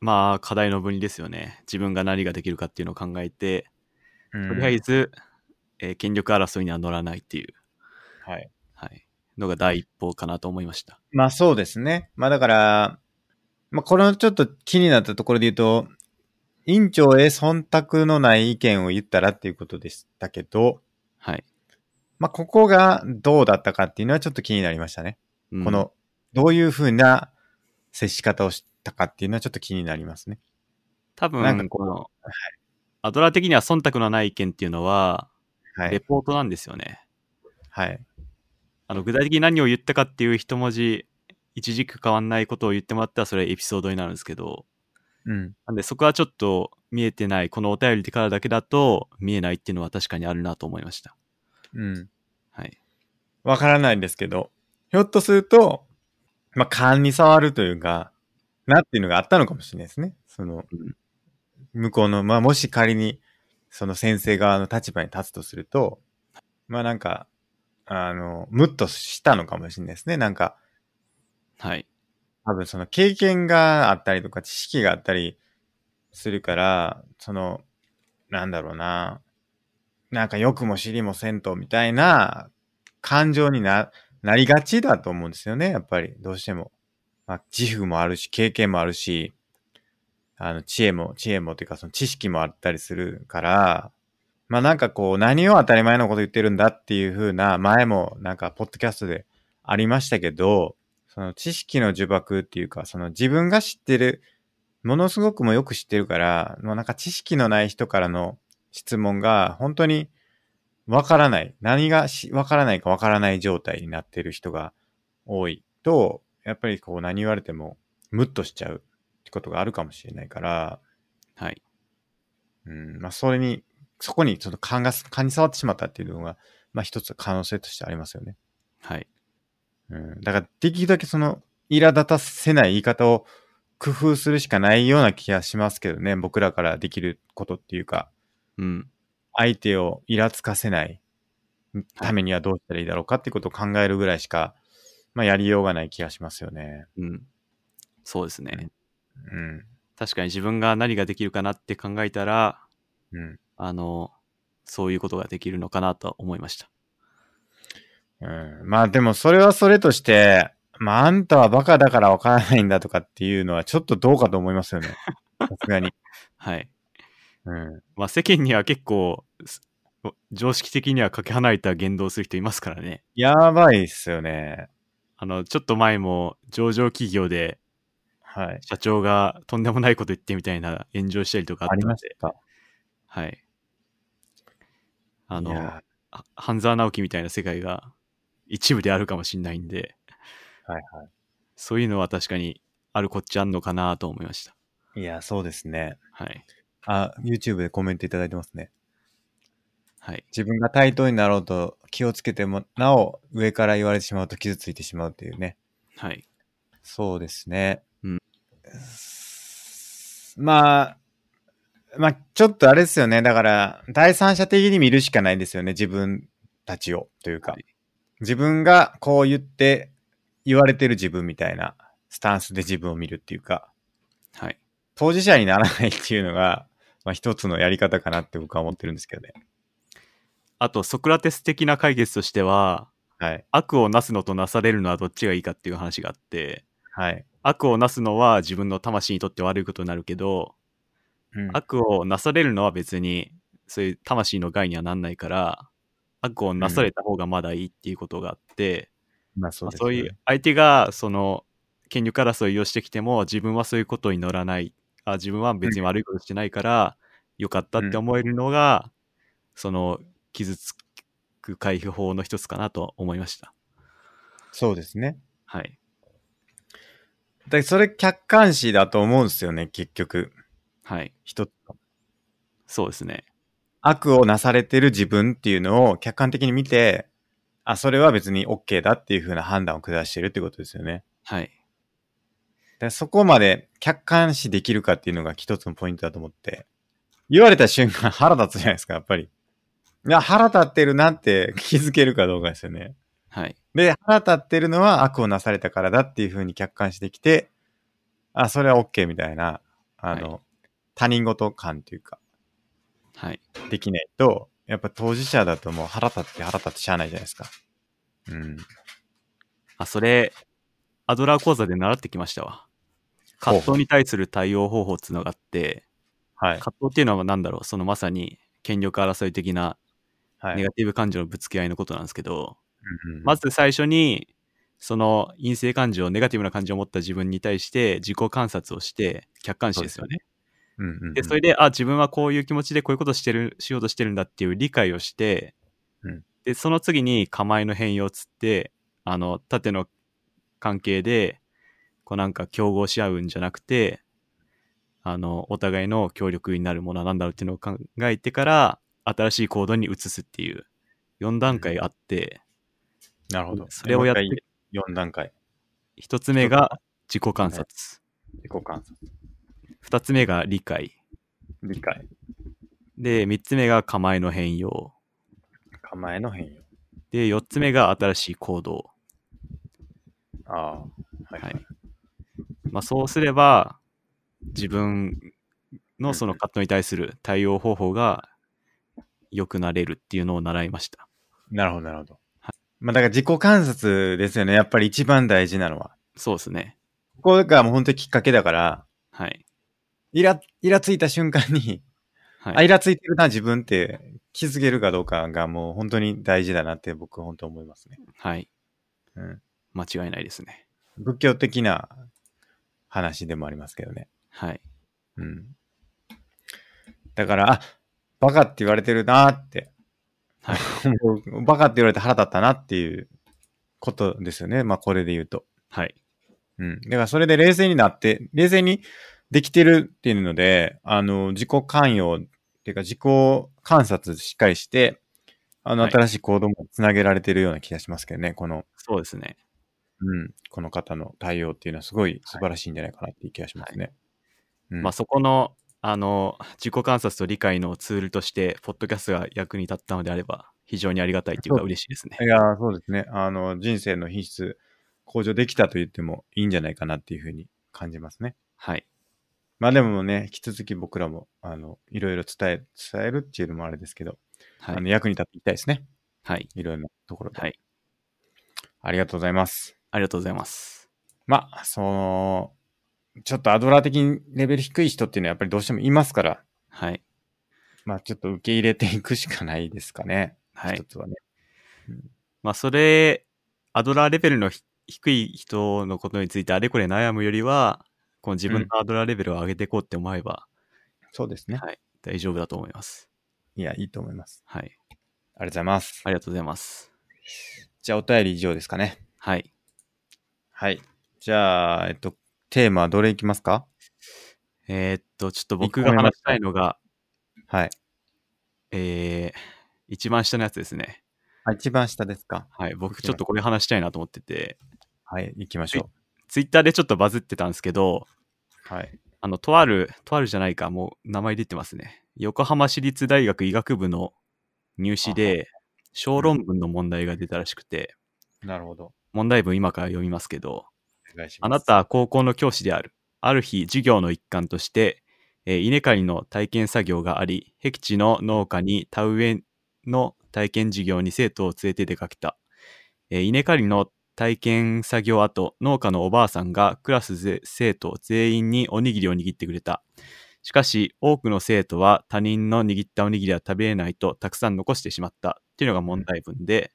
まあ、課題の分離ですよね。自分が何ができるかっていうのを考えて、
うん
とりあえず、えー権力争いには乗らないっていう、
はい。
はい、のが第一歩かなと思いました。
まあそうですね。まあだから、まあこのちょっと気になったところで言うと、院長へ忖度のない意見を言ったらっていうことでしたけど、
はい。
まあここがどうだったかっていうのはちょっと気になりましたね。
うん
この、どういうふうな接し方をしたかっていうのはちょっと気になりますね。
多分
なんかこう
この、アドラー的には忖度のない意見っていうのは、
は
レ
い。
ポートなんですよね。
はい。
あの具体的に何を言ったかっていう一文字、一軸変わんないことを言ってもらったら、それエピソードになるんですけど、
うん。
なんでそこはちょっと見えてない、このお便りからだけだと見えないっていうのは確かにあるなと思いました。
うん。
はい。
わからないんですけど、ひょっとすると、まあ、勘に触るというか、なっていうのがあったのかもしれないですね。その
うん、
向こうの、まあ、もし仮に、その先生側の立場に立つとすると、まあなんか、あの、ムッとしたのかもしれないですね。なんか、
はい。
多分その経験があったりとか知識があったりするから、その、なんだろうな、なんか良くも尻もせんとみたいな感情にな、なりがちだと思うんですよね、やっぱり、どうしても。まあ、自負もあるし、経験もあるし、あの、知恵も、知恵もっていうか、その知識もあったりするから、まあなんかこう、何を当たり前のこと言ってるんだっていう風な、前もなんか、ポッドキャストでありましたけど、その知識の呪縛っていうか、その自分が知ってる、ものすごくもよく知ってるから、もうなんか知識のない人からの質問が本当にわからない。何がしわからないかわからない状態になってる人が多いと、やっぱりこう何言われてもムッとしちゃうってことがあるかもしれないから、
はい。
うん、まあそれに、そこにちょっと勘が、勘に触ってしまったっていうのが、まあ一つ可能性としてありますよね。
はい。
うん、だからできるだけその苛立たせない言い方を工夫するしかないような気がしますけどね僕らからできることっていうか
うん。
相手をイラつかせないためにはどうしたらいいだろうかってことを考えるぐらいしか、まあ、やりようがない気がしますよね。
うん。そうですね。
うん。
確かに自分が何ができるかなって考えたら、
うん。
あの、そういうことができるのかなと思いました。
うん、まあでもそれはそれとして、まああんたはバカだからわからないんだとかっていうのはちょっとどうかと思いますよね。さすがに。
はい。
うん。
まあ世間には結構、す常識的にはかけ離れた言動をする人いますからね。
やばいっすよね。
あの、ちょっと前も上場企業で
はい。
社長がとんでもないこと言ってみたいな炎上したりとか
あ
あった
り
の
まし
で、
た。
はい。あ
い
の
や、
は半沢直樹みたいな世界が一部であるかもしれないんで、
はい
はい、そういうのは確かにあるこっちゃあんのかなと思いました。
いや、そうですね。
はい。
あ、YouTube でコメントいただいてますね。
はい。
自分が対等になろうと気をつけても、なお上から言われてしまうと傷ついてしまうっていうね。
はい。
そうですね。
うん
す。まあ、まあ、ちょっとあれですよね。だから、第三者的に見るしかないですよね。自分たちを、というか。
はい
自分がこう言って、言われてる自分みたいなスタンスで自分を見るっていうか、
はい。
当事者にならないっていうのが、まあ一つのやり方かなって僕は思ってるんですけどね。
あと、ソクラテス的な解決としては、
はい。
悪をなすのとなされるのはどっちがいいかっていう話があって、
はい。
悪をなすのは自分の魂にとって悪いことになるけど、
うん
悪をなされるのは別に、そういう魂の害にはなんないから、悪をなされた方がまだいいっていうことがあって、
まあそう
まあ
です
そ
よ
う
ね、
いう、相手がその、権力争いをしてきても、自分はそういうことに乗らない、あ自分は別に悪いことしてないから、よかったって思えるのが、その、傷つく回避法の一つかなと思いました。
そうですね。
はい。
だからそれ客観視だと思うんですよね、結局。
はい。
一つの。
そうですね。
悪をなされてる自分っていうのを客観的に見て、あ、それは別に OK だっていう風な判断を下してるってことですよね。
はい。
だからそこまで客観視できるかっていうのが一つのポイントだと思って。言われた瞬間腹立つじゃないですか、やっぱり。いや腹立ってるなって気づけるかどうかですよね。
はい。
で、腹立ってるのは悪をなされたからだっていう風に客観視できて、あ、それは OK みたいな、あの、他人事感というか、
はい。
できないと、やっぱ当事者だともう腹立って腹立ってしゃあないじゃないですか。うん。
あ、それ、アドラー講座で習ってきましたわ。葛藤に対する対応方法っつうのがあって、
はい。
葛藤っていうのは何だろうそのまさに権力争い的な
はい。
ネガティブ感情のぶつけ合いのことなんですけど、
うんうん
まず最初に、その陰性感情、ネガティブな感情を持った自分に対して自己観察をして、客観視ですよね。
うんうんうん
で、それで、あ、自分はこういう気持ちでこういうことしてる、しようとしてるんだっていう理解をして、
うん
で、その次に構えの変容つって、あの、縦の関係で、こうなんか競合し合うんじゃなくて、あの、お互いの協力になるものは何だろうっていうのを考えてから、新しい行動に移すっていう、4段階あって、
なるほど。
それをやって
もう一回4段階。
1つ目が自己観察、
自己観察。
2つ目が理解、
理解。
で、3つ目が構えの変容、
構えの変容。
で、4つ目が新しい行動。
ああ。はい、
は
はいい。
まあ、そうすれば、自分のそのカットに対する対応方法が良くなれるっていうのを習いました。
なるほど、なるほど
は。
まあ、だから自己観察ですよね。やっぱり一番大事なのは。
そうですね。
ここがもう本当にきっかけだから、
はい。
イラ、イラついた瞬間に、あ、
は
イ
い。
ラついてるな、自分って気づけるかどうかがもう本当に大事だなって僕本当思いますね。
はい。
うん。
間違いないですね。
仏教的な話でもありますけどね。
はい。
うん。だから、あ、バカって言われてるなって、
はい。
もうバカって言われて腹立ったなっていうことですよね。まあこれで言うと。
はい。
うん。だからそれで冷静になって、冷静にできてるっていうので、あの、自己関与っていうか自己観察しっかりして、あの、
はい
新しい行動もつなげられてるような気がしますけどね、この、
そうですね。
うん、この方の対応っていうのはすごい素晴らしいんじゃないかなっていう気がしますね。うん
まあ、そこの、あの、自己観察と理解のツールとして、ポッドキャストが役に立ったのであれば、非常にありがたいというか
そう
嬉しいですね。
いやー、そうですね。あの、人生の品質向上できたと言ってもいいんじゃないかなっていうふうに感じますね。
はい。
まあでもね、引き続き僕らも、あの、いろいろ伝え、伝えるっていうのもあれですけど、
は
あの
い。
役に立っていきたいですね。
はい。
いろいろなところで。
はい。
ありがとうございます。
ありがとうございます。
まあ、その、ちょっとアドラー的にレベル低い人っていうのはやっぱりどうしてもいますから、
はい。
まあちょっと受け入れていくしかないですかね。
はい
一。つはね。
まあ、それ、アドラーレベルのひ低い人のことについてあれこれ悩むよりは、この自分のアドラーレベルを上げていこうって思えば
そうですね。
はい大丈夫だと思います。
いや、いいと思います。
はい。
ありがとうございます。
ありがとうございます。
じゃあ、お便り以上ですかね。
はい。
はい。じゃあ、えっと、テーマはどれいきますか
えーっと、ちょっと僕が話したいのが、
はい。
えー、一番下のやつですね。
あ一番下ですか
はい。僕ちょっとこれ話したいなと思ってて、
はい、行きましょ
ツイッターでちょっとバズってたんですけど、
う。はい。
あの、とある、とあるじゃないか、もう名前出てますね。横浜市立大学医学部の入試で、小論文の問題が出たらしくて、
なるほど。
問題文今から読みますけど、
お願いし
あなたは高校の教師である。ある日、授業の一環として、えー稲刈りの体験作業があり、僻地の農家に田植えの体験授業に生徒を連れて出かけた。えー稲刈りの体験作業後、農家のおばあさんがクラスぜ生徒全員におにぎりを握ってくれた。しかし、多くの生徒は他人の握ったおにぎりは食べれないとたくさん残してしまった。っていうのが問題文で、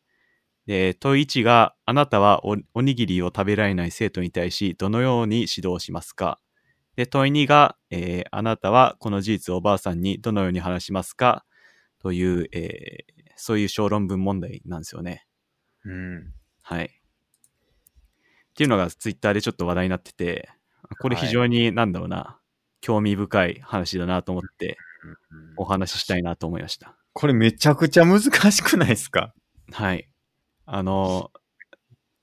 で問い1があなたはおおにぎりを食べられない生徒に対しどのように指導しますかで問い2が、えーあなたはこの事実をおばあさんにどのように話しますかという、えーそういう小論文問題なんですよね。
うん。
はい。っていうのがツイッターでちょっと話題になってて、これ非常になんだろうな、興味深い話だなと思ってお話ししたいなと思いました。
これめちゃくちゃ難しくないですか
はい。あの、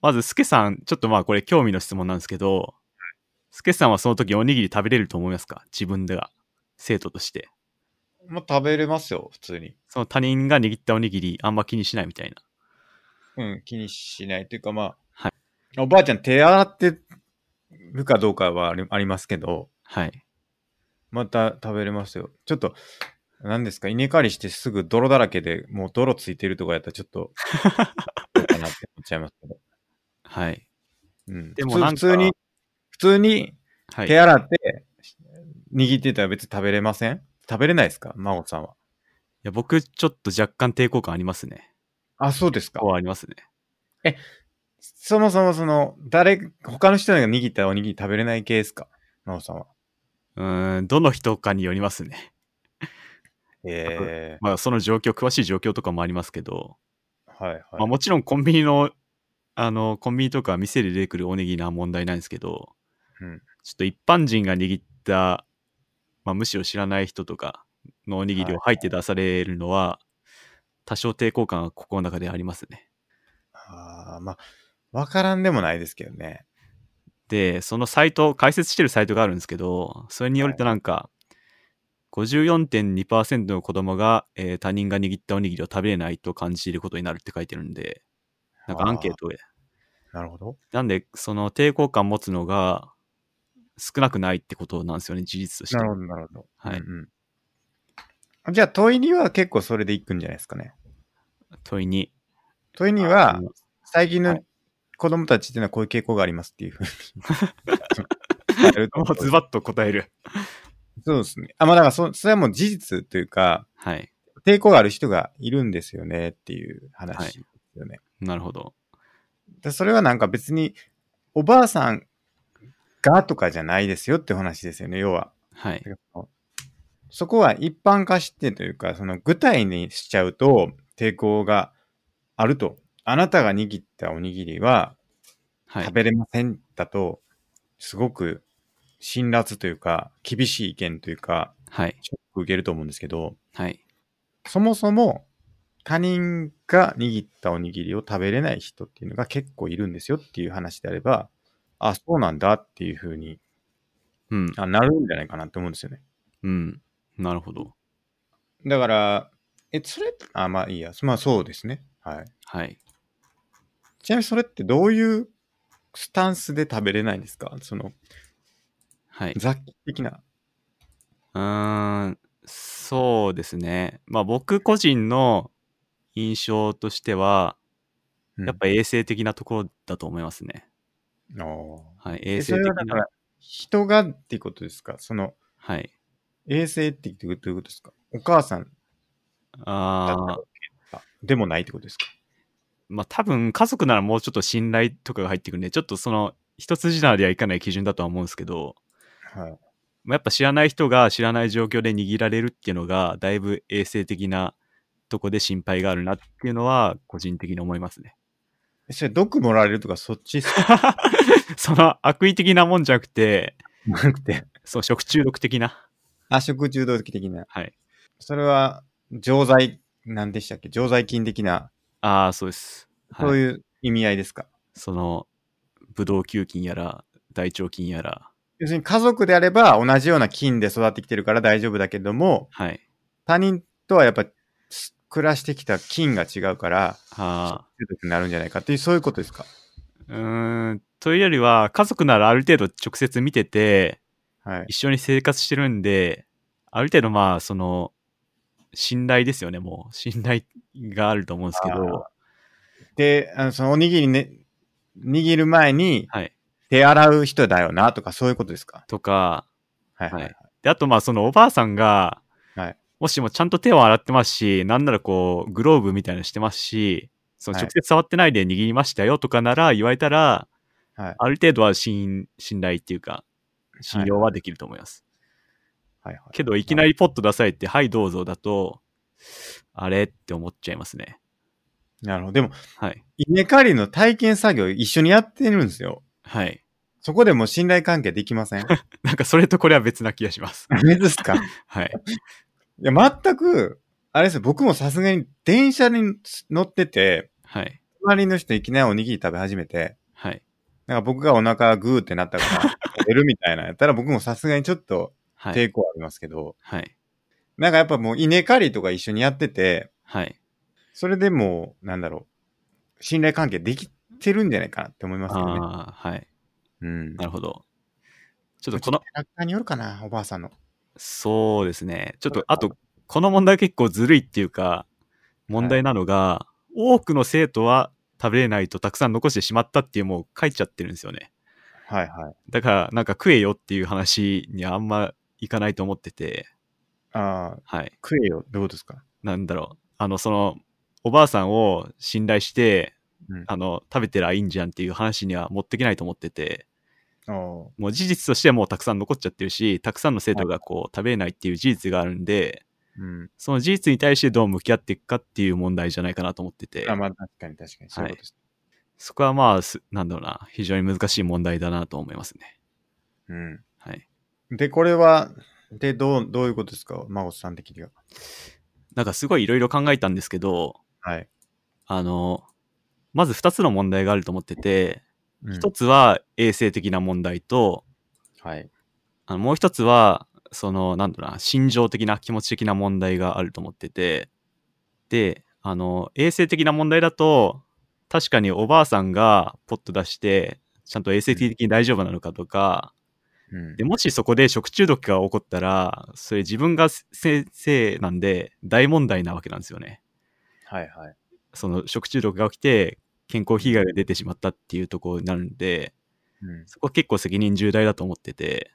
まず、スケさん、ちょっとまあこれ興味の質問なんですけど、スケさんはその時おにぎり食べれると思いますか自分では。生徒として。
まあ、食べれますよ、普通に。
その他人が握ったおにぎりあんま気にしないみたいな。
うん、気にしないというか、まあ、
はい
おばあちゃん手洗ってるかどうかはありありますけど、
はい。
また食べれますよ。ちょっと、何ですか、稲刈りしてすぐ泥だらけでもう泥ついてるとかやったらちょっと、どうかなって思っちゃいますけど。
はい。
うん、
でもな
普
んか
通普通に、普通に
は
手
い。
洗って、握ってたら別に食べれません食べれないですか真帆さんは。
や僕、ちょっと若干抵抗感ありますね。
あ、そうですか
こ。うありますね。
そもそもその、誰、他の人が握ったおにぎり食べれない系ですか真帆さんは。
うーん、どの人かによりますね。
ええ
まあ、その状況、詳しい状況とかもありますけど、
はいはい。
まあ、もちろんコンビニの、あの、コンビニとか店で出てくるおにぎりは問題ないんですけど、
うん
ちょっと一般人が握ったまあ、むしろ知らない人とかのおにぎりを入って出されるのは、多少抵抗感は心の中でありますね。
ああ、まあ、わからんでもないですけどね。
で、そのサイト、解説してるサイトがあるんですけど、それによるとなんか、54.2%の子供が、えー他人が握ったおにぎりを食べれないと感じていることになるって書いてるんで、なんかアンケートで。
なるほど。
なんで、その抵抗感持つのが少なくないってことなんですよね、事実として
な。るほど、なるほど。
はい
うんうんあじゃあ問いには結構それでいくんじゃないですかね。
問いに。
問いには、最近の子供たちっていうのはこういう傾向がありますっていう ふうにやると。
もうズバッと答える。
そうですね。あ、まあだからそ、それはもう事実というか、
はい。
抵抗がある人がいるんですよねっていう話ですよね。
なるほど。
でそれはなんか別に、おばあさんがとかじゃないですよっていう話ですよね、要は。
はい。
そこは一般化してというか、その具体にしちゃうと抵抗があると。あなたが握ったおにぎりは
はい。
食べれませんだと、すごく辛辣というか、厳しい意見というか、
はい。
ショック受けると思うんですけど、
はい。
そもそも他人が握ったおにぎりを食べれない人っていうのが結構いるんですよっていう話であれば、あ、そうなんだっていうふうに
うん。
あなるんじゃないかなと思うんですよね。
うん。なるほど。
だから、え、それ、あ、まあいいや。まあそうですね。はい。
はい。
ちなみにそれってどういうスタンスで食べれないんですかその、
はい。
雑記的な。
うーん。そうですね。まあ僕個人の印象としては、
うん
やっぱ衛生的なところだと思いますね。
あー
はい。
え
衛
そ
生
れ
的
はだか
な
ら。、人がっていうことですかその、
はい。
衛生ってどういうことですかお母さんだった
あ
ら
あ。
でもないってことですか
まあ多分家族ならもうちょっと信頼とかが入ってくるんで、ちょっとその一筋縄ではいかない基準だとは思うんですけど、
はい。
まあやっぱ知らない人が知らない状況で握られるっていうのが、だいぶ衛生的なとこで心配があるなっていうのは、個人的に思いま すね。
えそれ、毒盛られるとかそっちっす
その悪意的なもんじゃなくて、
なくて、
そう、食中毒的な。
あ、食中毒的な。
はい。
それは、常在、なんでしたっけ常在菌的な、
ああ、そうです。はい、
そう
う。
いう意味合いですか、
その、ブドウ球菌やら、大腸菌やら、
要するに家族であれば同じような菌で育ってきてるから大丈夫だけども、
はい。
他人とはやっぱす暮らしてきた菌が違うから、
ああ。
中毒になるんじゃないかっていう、そういうことですか
うーん。というよりは、家族ならある程度直接見てて、
はい。
一緒に生活してるんで、ある程度まあ、その、信頼ですよね、もう。信頼があると思うんですけど、
で、あのそのおにぎりね、握る前に
はい。
手洗う人だよなとか、そういうことですか
とか、
はいはい。
は
はいい、
で、あとまあ、そのおばあさんが、
はい
もしもちゃんと手を洗ってますし、なんならこう、グローブみたいなのしてますし、その
はい
直接触ってないで握りましたよとかなら言われたら、
はい
ある程度は信信頼っていうか、信用はできると思います。
はいはい。
けど、いきなりポッと出されて、はい、どうぞだと、あれって思っちゃいますね。
なるほど。でも、
はい。
稲刈りの体験作業一緒にやってるんですよ。
はい。
そこでもう信頼関係できません
なんか、それとこれは別な気がします。
ダメですか
はい。
いや、全く、あれですよ、僕もさすがに電車に乗ってて、
はい。
隣の人いきなりおにぎり食べ始めて、
はい。
なんか僕がお腹グーってなったから、 出るみたいなやったら僕もさすがにちょっと
はい。
抵抗ありますけど、
はい。
なんかやっぱもう稲刈りとか一緒にやってて、
はい。
それでもう、なんだろう、信頼関係できてるんじゃないかなって思いますけどね。
ああ、はい。
うん。
なるほど。ちょっと
こ
こ
のキ、
の
ャラクターによるかな、おばあさんの。
そうですね。ちょっと、あと、この問題結構ずるいっていうか、問題なのが、多くの生徒は食べれないとたくさん残してしまったっていうもう書いちゃってるんですよね。
はいはい。
だから、なんか食えよっていう話にあんまいかないと思ってて、
ああ、
はい。
食えよ、どうですか
なんだろう。あの、その、おばあさんを信頼して、
うん
あの、食べてりゃいいんじゃんっていう話には持ってけないと思ってて、
お
もう事実としてはもうたくさん残っちゃってるし、たくさんの生徒がこう、食べれないっていう事実があるんで、
うん。
その事実に対してどう向き合っていくかっていう問題じゃないかなと思ってて、
あまあ確かに確かに、そういうことです。
そこはまあ、すなんだろうな、非常に難しい問題だなと思いますね。
うん。
はい。
で、これは、で、どう、どういうことですか孫さん的には。
なんかすごいいろいろ考えたんですけど、
はい。
あの、まず2つの問題があると思ってて、
うん
1つは衛生的な問題と、
はい。
あのもう1つは、その、なんだろうな、心情的な気持ち的な問題があると思ってて、で、あの、衛生的な問題だと、確かにおばあさんがポッと出して、ちゃんと衛生的に大丈夫なのかとか、
うん
で、もしそこで食中毒が起こったら、それ自分が先生なんで大問題なわけなんですよね。
はいはい。
その食中毒が起きて健康被害が出てしまったっていうところになるんで、
うん。
そこは結構責任重大だと思ってて、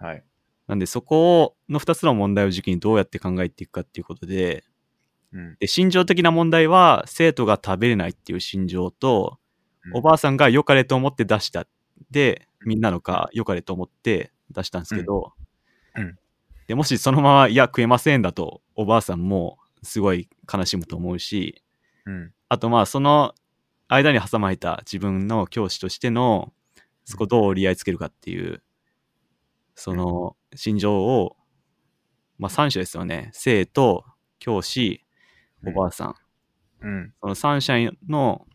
はい。
なんでそこの2つの問題を軸にどうやって考えていくかっていうことで、
うん。
で心情的な問題は生徒が食べれないっていう心情と、
うん
おばあさんが良かれと思って出した。で、みんなのか良かれと思って出したんですけど、
うんうん
でもしそのまま、いや、食えませんだと、おばあさんもすごい悲しむと思うし、
うん。
あとまあその間に挟まれた自分の教師としてのそこをどう折り合いつけるかっていうその心情をまあ3者ですよね生と教師おばあさん、
うん。
その3者の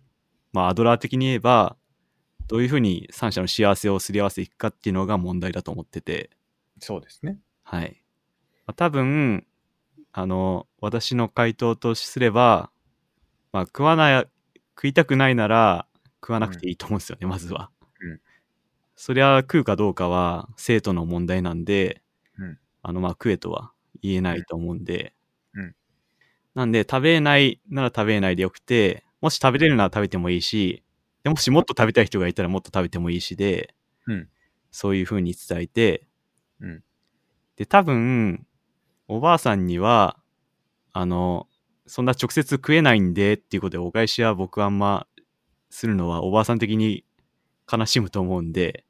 まあアドラー的に言えばどういうふうに3者の幸せをすり合わせていくかっていうのが問題だと思ってて
そうですね。
はい。まあ、多分、あの、私の回答とすれば、まあ、食わない、食いたくないなら、食わなくていいと思うんですよね、まずは。
うん
そりゃ、食うかどうかは、生徒の問題なんで、
うん
あの、まあ、食えとは言えないと思うんで、
うんうん
なんで、食べれないなら食べれないでよくて、もし食べれるなら食べてもいいし、でもしもっと食べたい人がいたらもっと食べてもいいしで、
うん
そういうふうに伝えて、
うん
で、多分、おばあさんには、あの、そんな直接食えないんでっていうことでお返しは僕あんまするのはおばあさん的に悲しむと思うんで、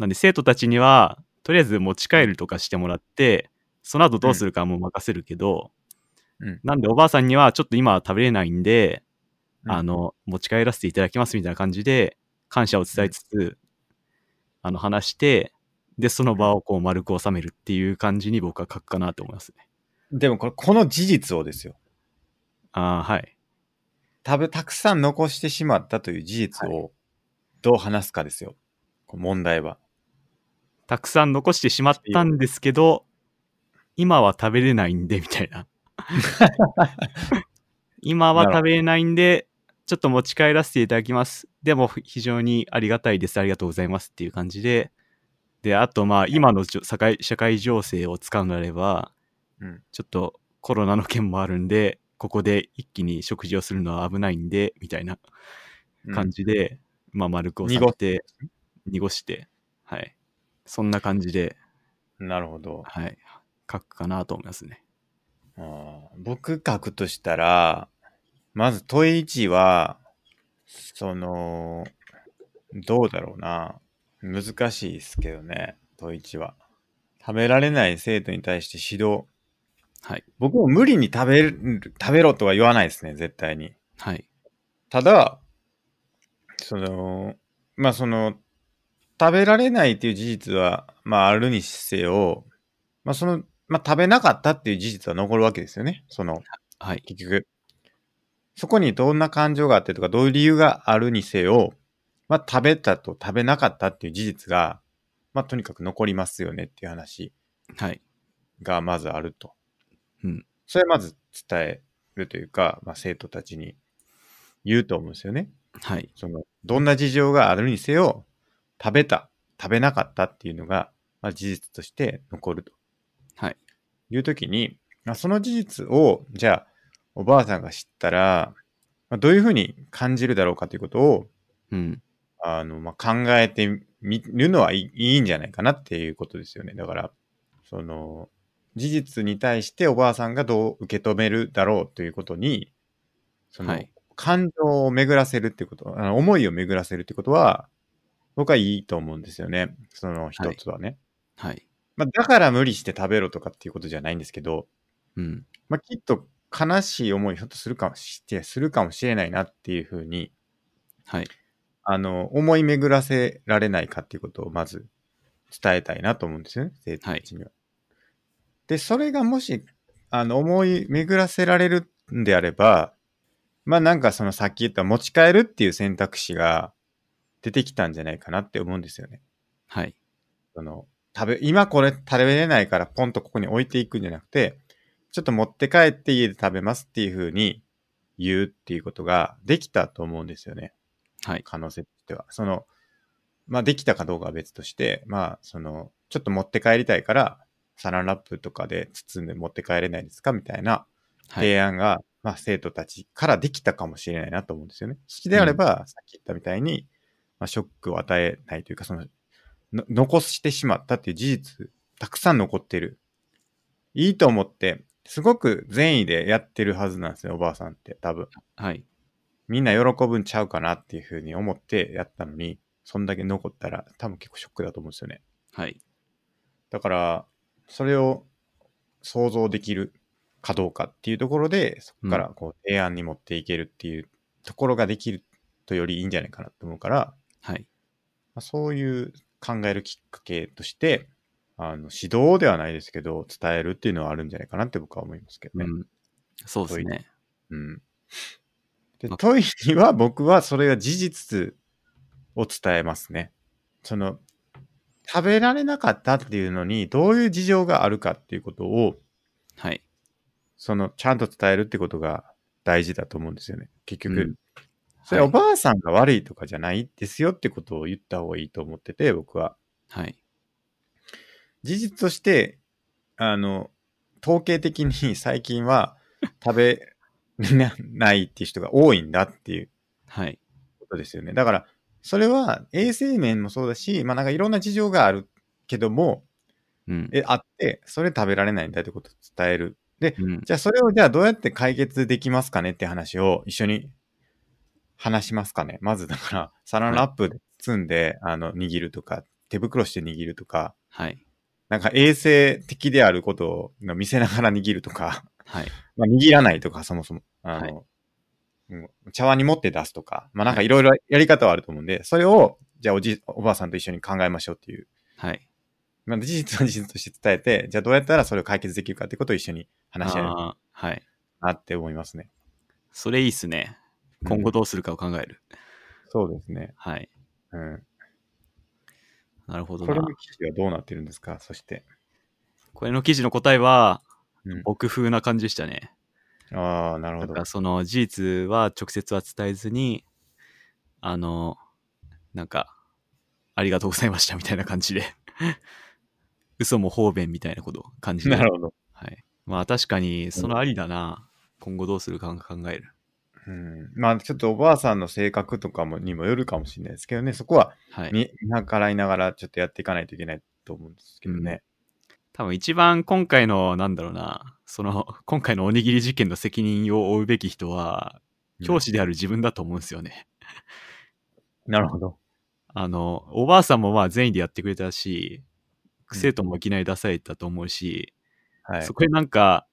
なんで生徒たちには、とりあえず持ち帰るとかしてもらって、その後どうするかはもう任せるけど、
うん。
なんでおばあさんにはちょっと今は食べれないんで、
うん
あの、持ち帰らせていただきますみたいな感じで、感謝を伝えつつ、あの、話して、で、その場をこう丸く収めるっていう感じに僕は書くかなと思いますね。
でもこれ、この事実をですよ。
ああ、はい。
多分、たくさん残してしまったという事実をどう話すかですよ。この問題は。
たくさん残してしまったんですけど、今は食べれないんで、みたい な。今は食べれないんで、ちょっと持ち帰らせていただきます。でも、非常にありがたいです。ありがとうございます。っていう感じで、で、あと、まあ、今のじょ社会社会情勢を使うなれば、
うん
ちょっとコロナの件もあるんで、ここで一気に食事をするのは危ないんで、みたいな
うん
感じで、まあ、丸く収めて、濁して、はい。そんな感じで、
なるほど。
はい、書くかなと思いますね。
あー僕書くとしたら、まず問い1は、その、どうだろうな。難しいですけどね、問1は。食べられない生徒に対して指導。
はい。
僕も無理に食べる、食べろとは言わないですね、絶対に。
はい。
ただ、その、まあその、食べられないっていう事実は、まああるにせよ、まあその、まあ食べなかったっていう事実は残るわけですよね。その、
はい。
結局。そこにどんな感情があってとか、どういう理由があるにせよ、まあ食べたと食べなかったっていう事実が、まあとにかく残りますよねっていう話
はい。
がまずあると。
うん。
それはまず伝えるというか、まあ生徒たちに言うと思うんですよね。
はい。
その、どんな事情があるにせよ、食べた、食べなかったっていうのが、まあ、事実として残ると。
はい。
いうときに、まあ、その事実を、じゃあ、おばあさんが知ったら、まあ、どういうふうに感じるだろうかということを、
うん。
あの、まあ、考えてみるのはいいいいんじゃないかなっていうことですよね。だから、その、事実に対しておばあさんがどう受け止めるだろうということに、その、
はい
感情を巡らせるってこと、あの思いを巡らせるってことは、僕はいいと思うんですよね。その一つはね。
はい。
まあ、だから無理して食べろとかっていうことじゃないんですけど、
うん。
まあ、きっと悲しい思いひょっとするかもして、するかもしれないなっていうふうに、
はい。
あの、思い巡らせられないかっていうことをまず伝えたいなと思うんですよね、生徒たちには。で、それがもし、あの、思い巡らせられるんであれば、まあなんかそのさっき言った持ち帰るっていう選択肢が出てきたんじゃないかなって思うんですよね。
はい。
その、食べ、今これ食べれないからポンとここに置いていくんじゃなくて、ちょっと持って帰って家で食べますっていう風に言うっていうことができたと思うんですよね。
はい。
可能性としては。その、まあ、できたかどうかは別として、まあ、その、ちょっと持って帰りたいから、サランラップとかで包んで持って帰れないですかみたいな
はい。
提案が、まあ、生徒たちからできたかもしれないなと思うんですよね。好きであれば、さっき言ったみたいに、まあ、ショックを与えないというか、その、の残してしまったっていう事実、たくさん残ってる。いいと思って、すごく善意でやってるはずなんですよ、おばあさんって、多分。
はい。
みんな喜ぶんちゃうかなっていうふうに思ってやったのに、そんだけ残ったら多分結構ショックだと思うんですよね。
はい。
だから、それを想像できるかどうかっていうところで、そこからこう提案に持っていけるっていうところができるとよりいいんじゃないかなと思うから、
はい。
まあ、そういう考えるきっかけとして、あの指導ではないですけど、伝えるっていうのはあるんじゃないかなって僕は思いますけどね。
うん。そうですね。
うん。で、
まあ
トイレは僕はそれが事実を伝えますね。その、食べられなかったっていうのにどういう事情があるかっていうことを、
はい。
その、ちゃんと伝えるってことが大事だと思うんですよね。結局、
うん
それは
は
お
い
ばあさんが悪いとかじゃないですよってことを言った方がいいと思ってて、僕は。
はい。
事実として、あの、統計的に最近は食べなないっていう人が多いんだっていう
はい。
ことですよね。だから、それは衛生面もそうだし、まあなんかいろんな事情があるけども、
うん。
えあって、それ食べられないんだってことを伝える。で、
うん。
じゃあそれをじゃあどうやって解決できますかねって話を一緒に話しますかね。まずだから、サランラップで包んで、あの、握るとか、手袋して握るとか、
はい。
なんか衛生的であることをの見せながら握るとか、
はい。
まあ、握らないとか、そもそも。あの、うん茶碗に持って出すとか、まあ、なんかいろいろやり方はあると思うんで、それを、じゃあおじ、おばあさんと一緒に考えましょうっていう。
はい。
まあ、事実は事実として伝えて、じゃあどうやったらそれを解決できるかってことを一緒に話し合える
あーはい。
なって思いますね。
それいいっすね。今後どうするかを考える。
そうですね。
はい。
うん。
なるほど
これ
な
の。記事はどうなってるんですかそして。
これの記事の答えは
うん、
僕風な感じでしたね。
ああ、なる
な
ほ
ん
ど。
かその事実は直接は伝えずに、あの、なんか、ありがとうございましたみたいな感じで、 嘘も方便みたいなこと感じで。
なるほど。
はい。まあ確かに、そのありだな。今後どうするか考える。
うん。まあ、ちょっとおばあさんの性格とかもにもよるかもしれないですけどね、そこは
はい。
見見計らいながらちょっとやっていかないといけないと思うんですけどね。
うん多分一番今回の、なんだろうな、その、今回のおにぎり事件の責任を負うべき人は、教師である自分だと思うんですよね。
なるほど。
あの、おばあさんもまあ善意でやってくれたし、生徒もいきなり出されたと思うし、
はい
そ。こでなんか、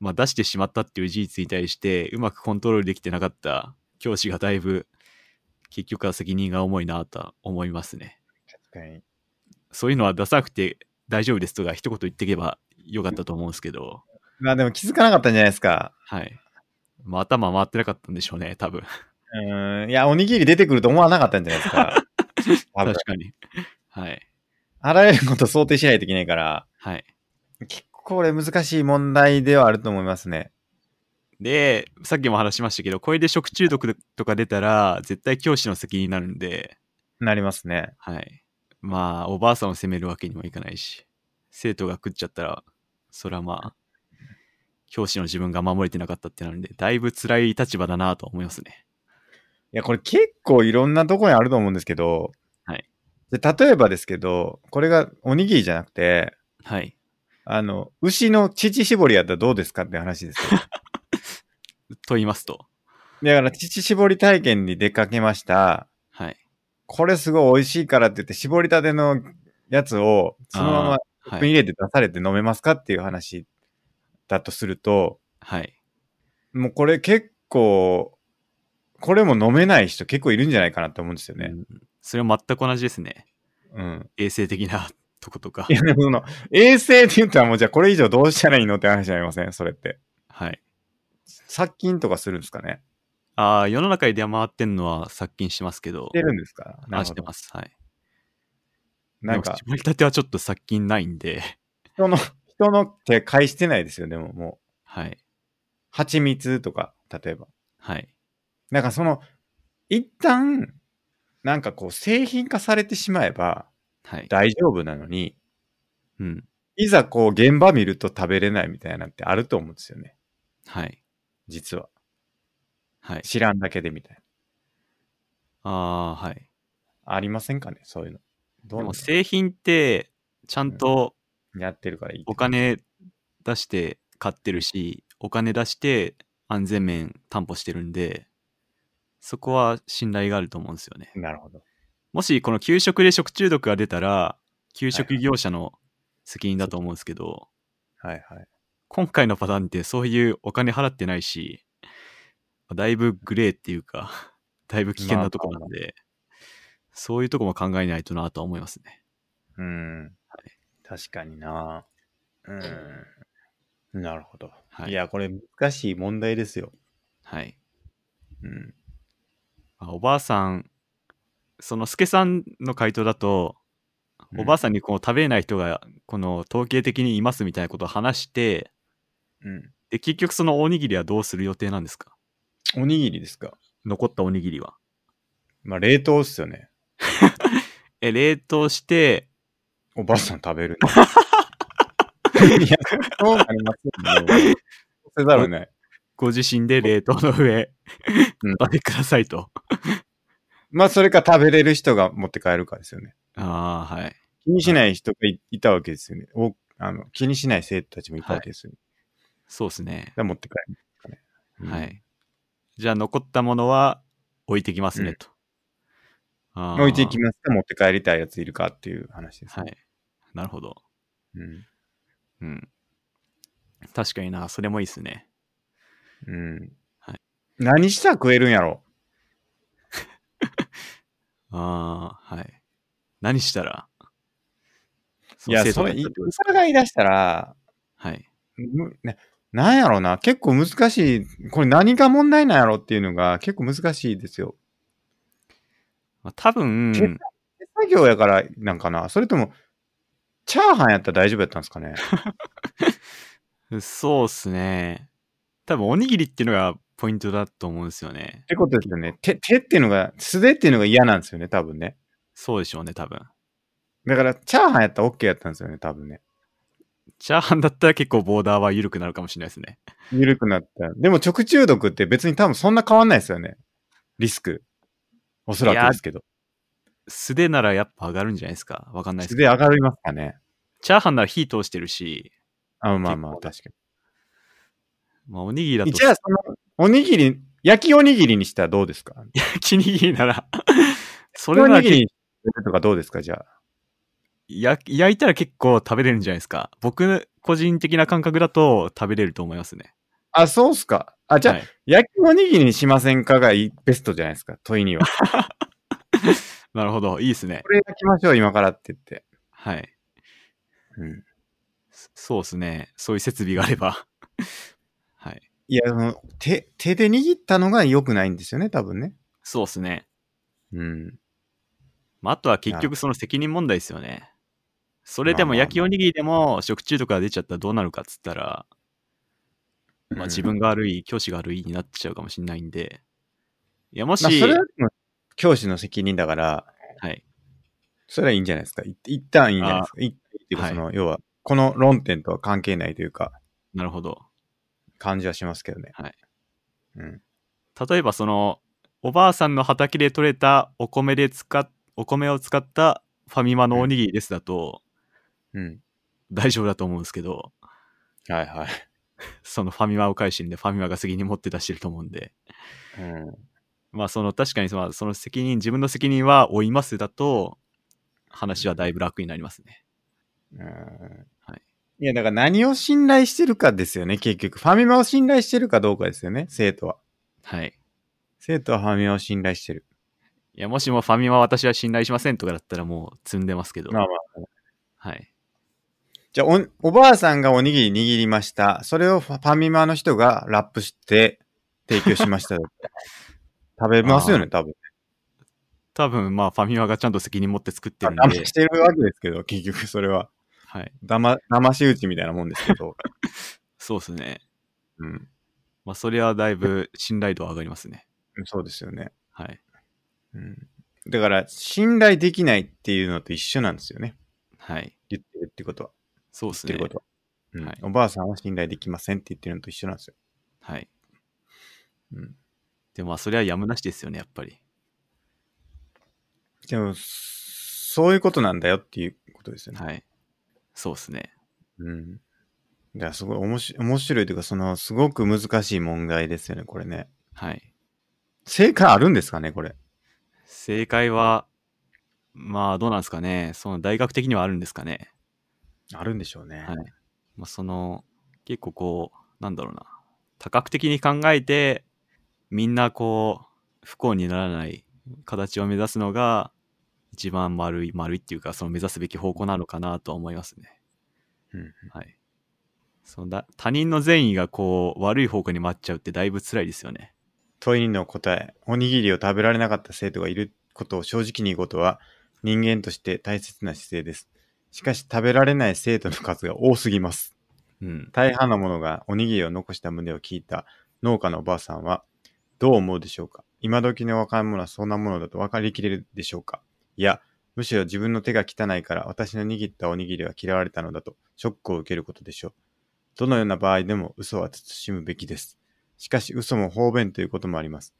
まあ出してしまったっていう事実に対して、うまくコントロールできてなかった教師がだいぶ、結局は責任が重いなとは思いますね。
確かに。
そういうのは出さなくて大丈夫ですとか一言言っていけばよかったと思うんですけど、
まあでも気づかなかったんじゃないですか。
はい。まあ、頭回ってなかったんでしょうね、多分。
うーん。いや、おにぎり出てくると思わなかったんじゃないです か。多分
確かに。はい。
あらゆること想定しないといけないから、
はい。
結構これ難しい問題ではあると思いますね。
で、さっきも話しましたけど、これで食中毒とか出たら、絶対教師の責任になるんで、
なりますね。
はい。まあ、おばあさんを責めるわけにもいかないし、生徒が食っちゃったら、それはまあ、教師の自分が守れてなかったってなるんで、だいぶ辛い立場だなと思いますね。
いや、これ結構いろんなところにあると思うんですけど、
はい
で。例えばですけど、これがおにぎりじゃなくて、
はい。
あの、牛の乳搾りやったらどうですかって話ですよ。
と言いますと、
だから、乳搾り体験に出かけました。
はい。
これすごい美味しいからって言って、絞りたてのやつを、そのまま
あー
コップ
は
に
い。
入れて出されて飲めますかっていう話だとすると、
はい。
もうこれ結構、これも飲めない人結構いるんじゃないかなと思うんですよね
う。んそれは全く同じですね。
うん。
衛生的なとことか
い。や、でもその、衛生って言ったらもうじゃあこれ以上どうしたらいいのって話になりませんそれって。
はい。
殺菌とかするんですかね
ああ、世の中に出回ってんのは殺菌しますけど
し、てるんですかな
あ
る
し
ほ
て
ど。
ます。はい。
なん
でも
か、
絞りたてはちょっと殺菌ないんで、
人の、人の手返してないですよ、でももう。
はい。
蜂蜜とか、例えば。
はい。
なんかその、一旦、なんかこう、製品化されてしまえば
はい。
大丈夫なのに、
うん。
いざこう、現場見ると食べれないみたいなんてあると思うんですよね。
はい。
実は。
はい。
知らんだけでみたい
ああー、はい。
な。ありませんかねそういうの。ど
で
うな
も
の
製品って、ちゃんと
やってるからいいけど。
お金出して買ってるし、お金出して安全面担保してるんで、そこは信頼があると思うんですよね。
なるほど。
もしこの給食で食中毒が出たら、給食業者の責任だと思うんですけど、
はいはい。
今回のパターンってそういうお金払ってないし、だいぶグレーっていうか、 だいぶ危険なとこなんで、そういうとこも考えないとなとは思いますね。
うん。確かにな。うん。なるほど。
はい
い、や、これ難しい問題ですよ。
はい。
うん。
あおばあさん、その助さんの回答だと、おばあさんにこう食べれない人がこの統計的にいますみたいなことを話して、
うん。
で結局そのおにぎりはどうする予定なんですか
おにぎりですか。
残ったおにぎりは。
まあ、冷凍っすよね。
え、冷凍して、
おばあさん食べるね。 いや、そうなりますよね。せざるを得ない。
ご自身で冷凍の上、
うん
お食べくださいと。
まあ、それか食べれる人が持って帰るかですよね。
ああ、はい。
気にしない人がいいたわけですよね。おあの気にしない生徒たちもいたわけですよね。
そうですね。
だから持って帰るんですかね、うん
はい。じゃあ残ったものは置いてきます
う
ね
ん
と。あー
置いていきますか持って帰りたいやついるかっていう話です、
はい。なるほど。
うん。
うん。確かにな、それもいいですね。
うん。
はい
何したら食えるんやろ
ああ、はい。何したら
いや、それ、い疑い出したら、
はい。
むね、なんやろな、結構難しい、これ何が問題なんやろっていうのが結構難しいですよ。
まあ、多分、
手手作業やからなんかな、それとも、チャーハンやったら大丈夫やったんですかね。
そうっすね。多分、おにぎりっていうのがポイントだと思うんですよね
っ。てことですよね。手、手っていうのが、素手っていうのが嫌なんですよね、多分ね。
そうでしょうね、多分。
だから、チャーハンやったら OK やったんですよね、多分ね。
チャーハンだったら結構ボーダーは緩くなるかもしれないですね。
緩くなった。でも食中毒って別に多分そんな変わんないですよね。リスク。おそらくですけど。
素手ならやっぱ上がるんじゃないですか。わかんないです
素
けど。
手上がりますかね。
チャーハンなら火通してるし、
あまあまあ、
結
確
構
か
まあ、おにぎりだ
に。
と、
じゃあ、その、おにぎり、焼きおにぎりにしたらどうですか
焼きにぎり なら、そ
お
れな
に
ら
ぎ
結
りにしたとかどうですかじゃあ。
焼き焼いたら結構食べれるんじゃないですか。僕、個人的な感覚だと食べれると思いますね。
あ、そうっすか。あ、じゃあ、
はい
焼きおにぎりにしませんかがいいベストじゃないですか。問いには。
なるほど。いいですね
こ。れ焼きましょう、今からって言って。
はい。
うん。
そそうですね。そういう設備があれば。 はい。
いや、その、手、手で握ったのが良くないんですよね、多分ね。
そうですね。
うん。
まあ、あとは結局その責任問題ですよね。それでも焼きおにぎりでも食中毒が出ちゃったらどうなるかっつったら、まあ自分が悪い、教師が悪いになっちゃうかもしれないんで。いや、もし、
まあ、それはでも教師の責任だから、
はい。
それはいいんじゃないですか。い一旦いいんじゃないですか。一旦いいっていうか、
はい
その、要は、この論点とは関係ないというか、
なるほど。
感じはしますけどね。
はい。
うん。
例えばそのおばあさんの畑で採れたお米で使っお米を使ったファミマのおにぎりですだと
うん。
大丈夫だと思うんですけど、
はいはい。
そのファミマを返してるんでファミマが責任持って出してると思うんで
うん。
まあその確かにそのその責任自分の責任は負いますだと話はだいぶ楽になりますね
うん
はい
いや、だから何を信頼してるかですよね、結局。ファミマを信頼してるかどうかですよね、生徒は。
はい
生徒はファミマを信頼してる。
いやもしもファミマ私は信頼しませんとかだったらもう積んでますけど、
まあまあ、
はい。
じゃあお、おばあさんがおにぎり握りました。それをファファミマの人がラップして提供しました。 食べますよね、多分。
多分、まあ、ファミマがちゃんと責任持って作ってるん
騙
で
し、てるわけですけど、結局それは。
はい。
だま、騙し討ちみたいなもんですけ ど。
そうですね。
うん。
まあ、それはだいぶ信頼度は上がりますね。
そうですよね。
はい。
うん。だから、信頼できないっていうのと一緒なんですよね。
はい。
言ってるってことは。
そうで
知
す
って
ね
る。ことは。うん
はい
おばあさんは信頼できませんって言ってるのと一緒なんですよ。
はい。
うん、
でも、まあ、それはやむなしですよね、やっぱり。
でも、そういうことなんだよっていうことですよね。
はい。そうですね。
うん。だからすごい面白い面白いというか、その、すごく難しい問題ですよね、これね。
はい。
正解あるんですかね、これ。
正解は、まあ、どうなんですかね。その大学的にはあるんですかね。
あるんでしょうね。
はいまあ、その、結構こう、なんだろうな。多角的に考えて、みんなこう、不幸にならない形を目指すのが、一番丸い、丸いっていうか、その目指すべき方向なのかなとは思いますね。
うん
はい。そのだ他人の善意がこう、悪い方向に回っちゃうってだいぶ辛いですよね。
問いの答え、おにぎりを食べられなかった生徒がいることを正直に言うことは、人間として大切な姿勢です。しかし、食べられない生徒の数が多すぎます。
うん。
大半の者がおにぎりを残した旨を聞いた農家のおばあさんは、どう思うでしょうか今時の若者はそんなものだと分かりきれるでしょうかいや、むしろ自分の手が汚いから私の握ったおにぎりは嫌われたのだとショックを受けることでしょう。どのような場合でも嘘は慎むべきです。しかし嘘も方便ということもあります。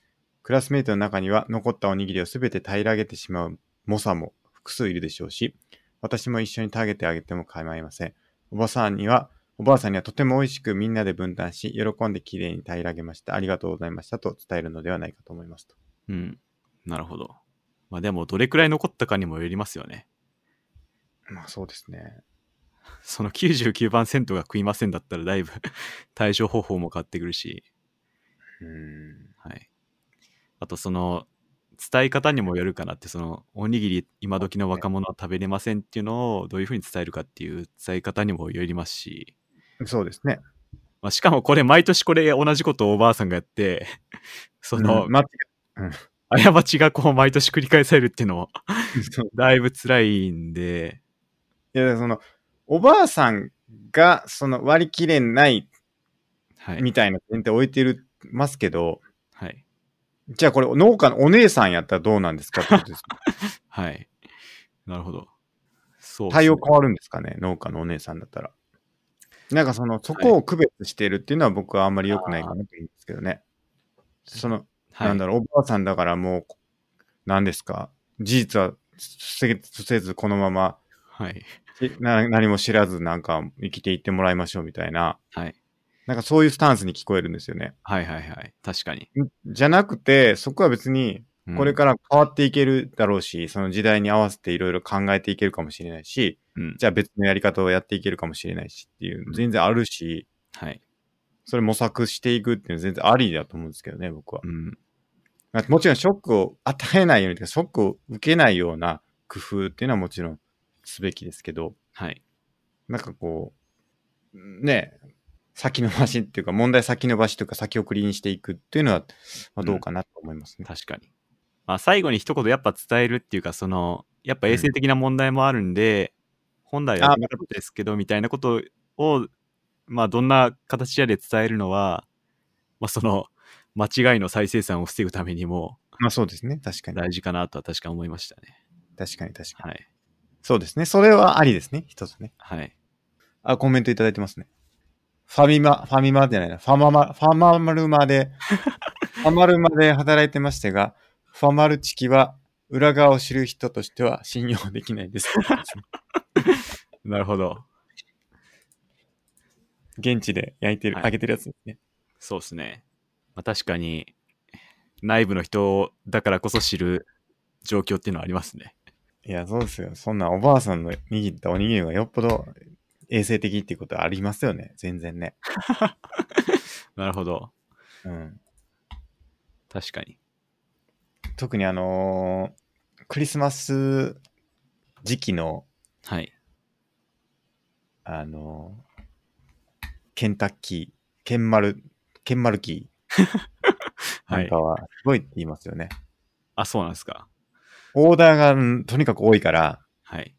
クラスメイトの中には残ったおにぎりをすべて平らげてしまう猛者も複数いるでしょうし、私も一緒に食べてあげても構いません。おばさんにはおばあさんにはとても美味しくみんなで分担し、喜んできれいに平らげました。ありがとうございましたと伝えるのではないかと思いますと。
うん。なるほど。まあでも、どれくらい残ったかにもよりますよね。
まあそうですね。
その99番セントが食いませんだったらだいぶ 対処方法も変わってくるし、
うーん。
はい。あとその伝え方にもよるかなって、そのおにぎり今時の若者は食べれませんっていうのをどういうふうに伝えるかっていう伝え方にもよりますし、
そうですね。
まあ、しかもこれ毎年これ同じことをおばあさんがやって、 その
うんまあ、
過ちがこう毎年繰り返されるっていうのも
そう
だいぶ辛いんで、
いや、その、おばあさんが、その、割り切れない
はい。
みたいな前提を置いてるますけど、
はい。
じゃあこれ、農家のお姉さんやったらどうなんですかってことです。
はい。なるほど。そうですね
対応変わるんですかね、農家のお姉さんだったら。なんかその、そこを区別してるっていうのは僕はあんまり良くないかなと思うんですけどね。その、
はい
なんだろう、おばあさんだからもう、何ですか、事実は伏せせず、このまま
はい。
えな何も知らず、なんか生きていってもらいましょうみたいな、
はい。
なんかそういうスタンスに聞こえるんですよね。
はいはいはい。確かに。
んじゃなくて、そこは別に、
うん
これから変わっていけるだろうし、その時代に合わせていろいろ考えていけるかもしれないし、
うん。
じゃあ別のやり方をやっていけるかもしれないしっていう、全然あるし、
はい。
それ模索していくっていうのは全然ありだと思うんですけどね、僕は
う。ん。
まあもちろんショックを与えないようにというか、ショックを受けないような工夫っていうのはもちろんすべきですけど、
はい。
なんかこう、ねえ、先延ばしっていうか、問題先延ばしというか、先送りにしていくっていうのは、まあ、どうかなと思いますね。
確かに。まあ、最後に一言やっぱ伝えるっていうか、その、やっぱ衛生的な問題もあるんで、本来は
あ
なかったですけど、みたいなことを、まあ、どんな形やで伝えるのは、まあ、その、間違いの再生産を防ぐためにも
まあそうですね。確かに。
大事かなとは確か思いましたね。
確かに確かに。
はい。
そうですね。それはありですね。一つね。
はい。
あ、コメントいただいてますね。ファミマ、ファミマじゃないな。ファママ、ファママルマ で、ファマルマで働いてましたが、ファマルチキは裏側を知る人としては信用できない です。
なるほど。
現地で焼いてる、
はい
揚げてるやつですね。
そうですね。まあ、確かに、内部の人だからこそ知る状況っていうのはありますね。
いや、そうですよ。そんなおばあさんの握ったおにぎりがよっぽど衛生的っていうことはありますよね。全然ね。
なるほど。
うん。
確かに。
特にあのークリスマス時期の
はい。
あの、ケンタッキー、ケンマル、ケンマルキーな
は
ん
い
か。は、すごいって言いますよね。
あ、そうなんですか。
オーダーがんとにかく多いから、
はい。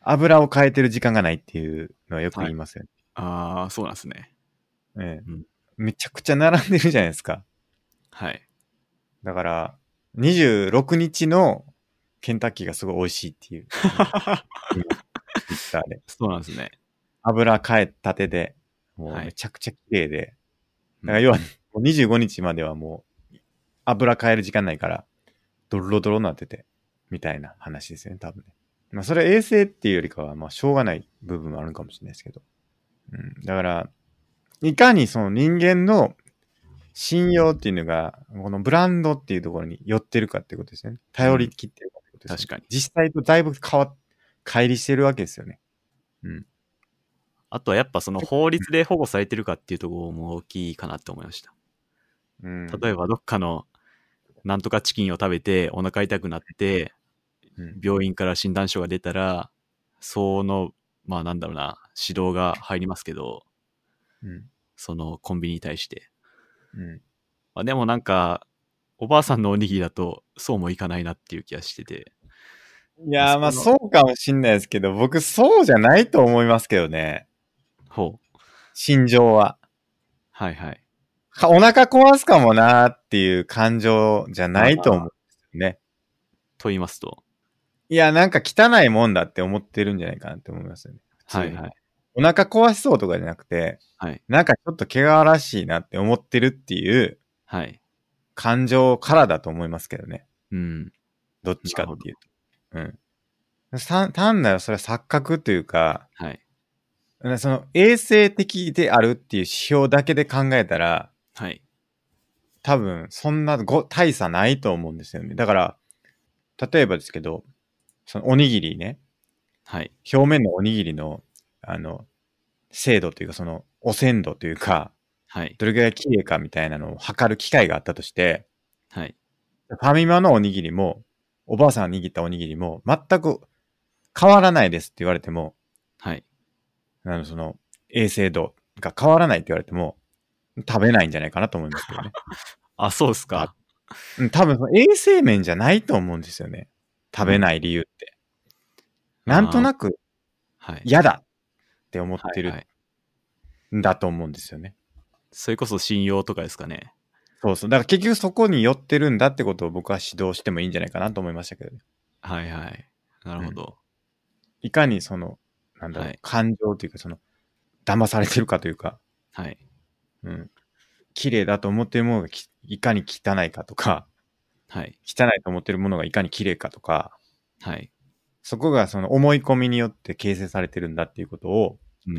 油を変えてる時間がないっていうのはよく言いますよね。
ああ、そうなんですね。
ええ
うん
めちゃくちゃ並んでるじゃないですか。
はい。
だから、26日のケンタッキーがすごい美味しいっていう、Twitter で
そうなんですね。
油変えたてで、もう
はい
めちゃくちゃ綺麗で。
うん
だから要は、もう25日まではもう、油変える時間ないから、ドロドロになってて、みたいな話ですよね、多分ね。まあ、それは衛生っていうよりかは、まあ、しょうがない部分もあるかもしれないですけど。うん。だから、いかにその人間の信用っていうのが、このブランドっていうところに寄ってるかってことですよね。頼り切ってるかってことです
確
よね。
かに。
実際とだいぶ変わ、乖離してるわけですよね。うん。
あとはやっぱその法律で保護されてるかっていうところも大きいかなと思いました。
うん、
例えばどっかのなんとかチキンを食べてお腹痛くなって
うん
病院から診断書が出たら、その、まあなんだろうな、指導が入りますけど、
うん
そのコンビニに対して。
うん
まあでもなんか、おばあさんのおにぎりだとそうもいかないなっていう気がしてて。
いやー、まあ
そ
そうかもしんないですけど、僕そうじゃないと思いますけどね。
ほう。
心情は。
はいはい。
かお腹壊すかもなーっていう感情じゃないと思うんですよね。
と言いますと。
いや、なんか汚いもんだって思ってるんじゃないかなって思いますよね。普通
は
に
いはい。
お腹壊しそうとかじゃなくて、
はい
なんかちょっと怪我らしいなって思ってるっていう
はい。
感情からだと思いますけどね。
うん。
どっちかっていうと。うん。さ単なるそれは錯覚というか、
はい。
うんその衛生的であるっていう指標だけで考えたら、
はい。
多分そんなご大差ないと思うんですよね。だから、例えばですけど、そのおにぎりね、
はい。
表面のおにぎりの、あの、精度というか、その汚染度というか、
はい。
どれぐらい綺麗かみたいなのを測る機会があったとして、
はい。
ファミマのおにぎりも、おばあさんが握ったおにぎりも、全く変わらないですって言われても、
はい。
あの、その、衛生度が変わらないって言われても、食べないんじゃないかなと思いますけどね。
あ、そうっすか。
うん多分その衛生面じゃないと思うんですよね。食べない理由って。なんとなく
はい。
嫌だって思って
はいは
る
い
んだと思うんですよね。
それこそ信用とかですかね。
そうそう。だから結局そこに寄ってるんだってことを僕は指導してもいいんじゃないかなと思いましたけどね。
はいはい。なるほど。
いかにその、なんだろう、
はい
感情というかその、騙されてるかというか、
はい。
うん。綺麗だと思ってるものがきいかに汚いかとか、
はい。
汚いと思ってるものがいかに綺麗かとか、
はい。
そこがその思い込みによって形成されてるんだっていうことを
うん。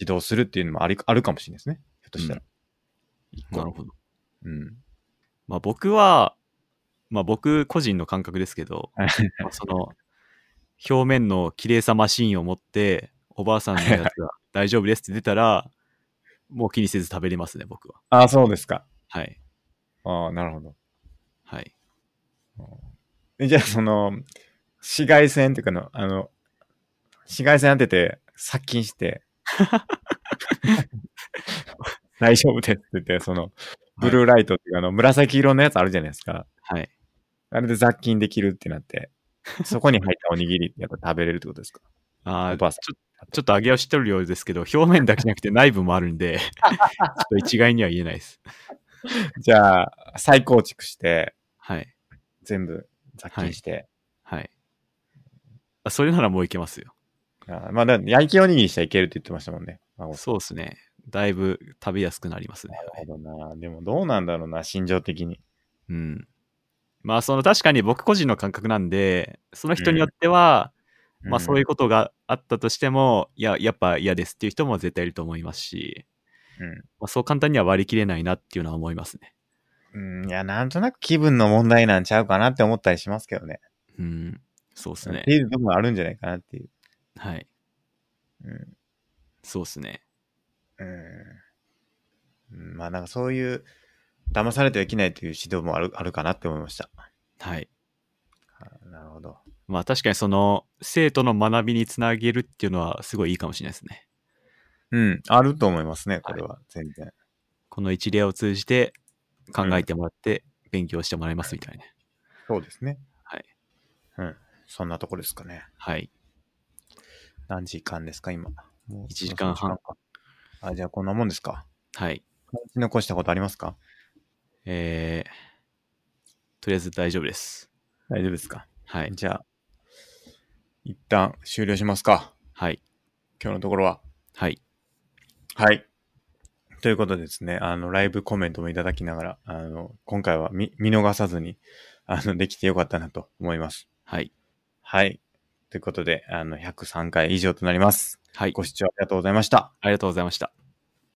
指導するっていうのもありあるかもしれないですね。ひょっとしたら。
なるほど。
うん。
まあ僕は、まあ僕個人の感覚ですけ ど、
はい
まあその、表面の綺麗さマシーンを持って、おばあさんのやつが大丈夫ですって出たら、もう気にせず食べれますね、僕は。
ああ、そうですか。
はい。
ああ、なるほど。
はい。
えじゃあ、その、紫外線っていうかの、あの、紫外線当てて殺菌 して、大丈夫ですって言って、その、ブルーライトっていうか、あの、紫色のやつあるじゃないですか。
はい。
あれで雑菌できるってなって、そこに入ったおにぎりやっぱ食べれるってことですか
あ
お
あ、ち
ば
ょ
あさん
ちょっと揚げ足取るようですけど、表面だけじゃなくて内部もあるんで、ちょっと一概には言えないです。
じゃあ、再構築して、
はい。
全部雑菌して、
はい。あそれならもういけますよ。
あーまあ、だから焼きおにぎりしたらいけるって言ってましたもんね。孫さ
そうですね。だいぶ食べやすくなりますね。
んなるほどな。でもどうなんだろうな、心情的に。
うん。まあその確かに僕個人の感覚なんで、その人によっては、まあそういううことがあったとしても、いや、やっぱ嫌ですっていう人も絶対いると思いますし、
ん。
まあ、そう簡単には割り切れないなっていうのは思いますね。
うん、いや、なんとなく気分の問題なんちゃうかなって思ったりしますけどね。
うん。そうですね
って。いうとこもあるんじゃないかなっていう。
はい。
うん。
そうですね。
うんうん、まあなんかそういう、騙されてはいけないという指導もあるあるかなって思いました。
はい。
あなるほど。
まあ確かにその生徒の学びにつなげるっていうのはすごいいいかもしれないですね。
うん、あると思いますね、これは、全然。
この一例を通じて考えてもらって勉強してもらいますみたいな。
そうですね。
はい。
うん。そんなとこですかね。
はい。
何時間ですか、今。もう
一時間半
そろそろ時間かあ、じゃあこんなもんですか。
はい。
書き残したことありますか
えー、とりあえず大丈夫です。
大丈夫ですか。
はい。
じゃあ、一旦終了しますか。
はい。
今日のところは。
はい。
はい。ということでですね、あの、ライブコメントもいただきながら、あの、今回は見見逃さずに、あの、できてよかったなと思います。
はい。
はい。ということで、あの、103回以上となります。
はい。
ご視聴ありがとうございました。
ありがとうございました。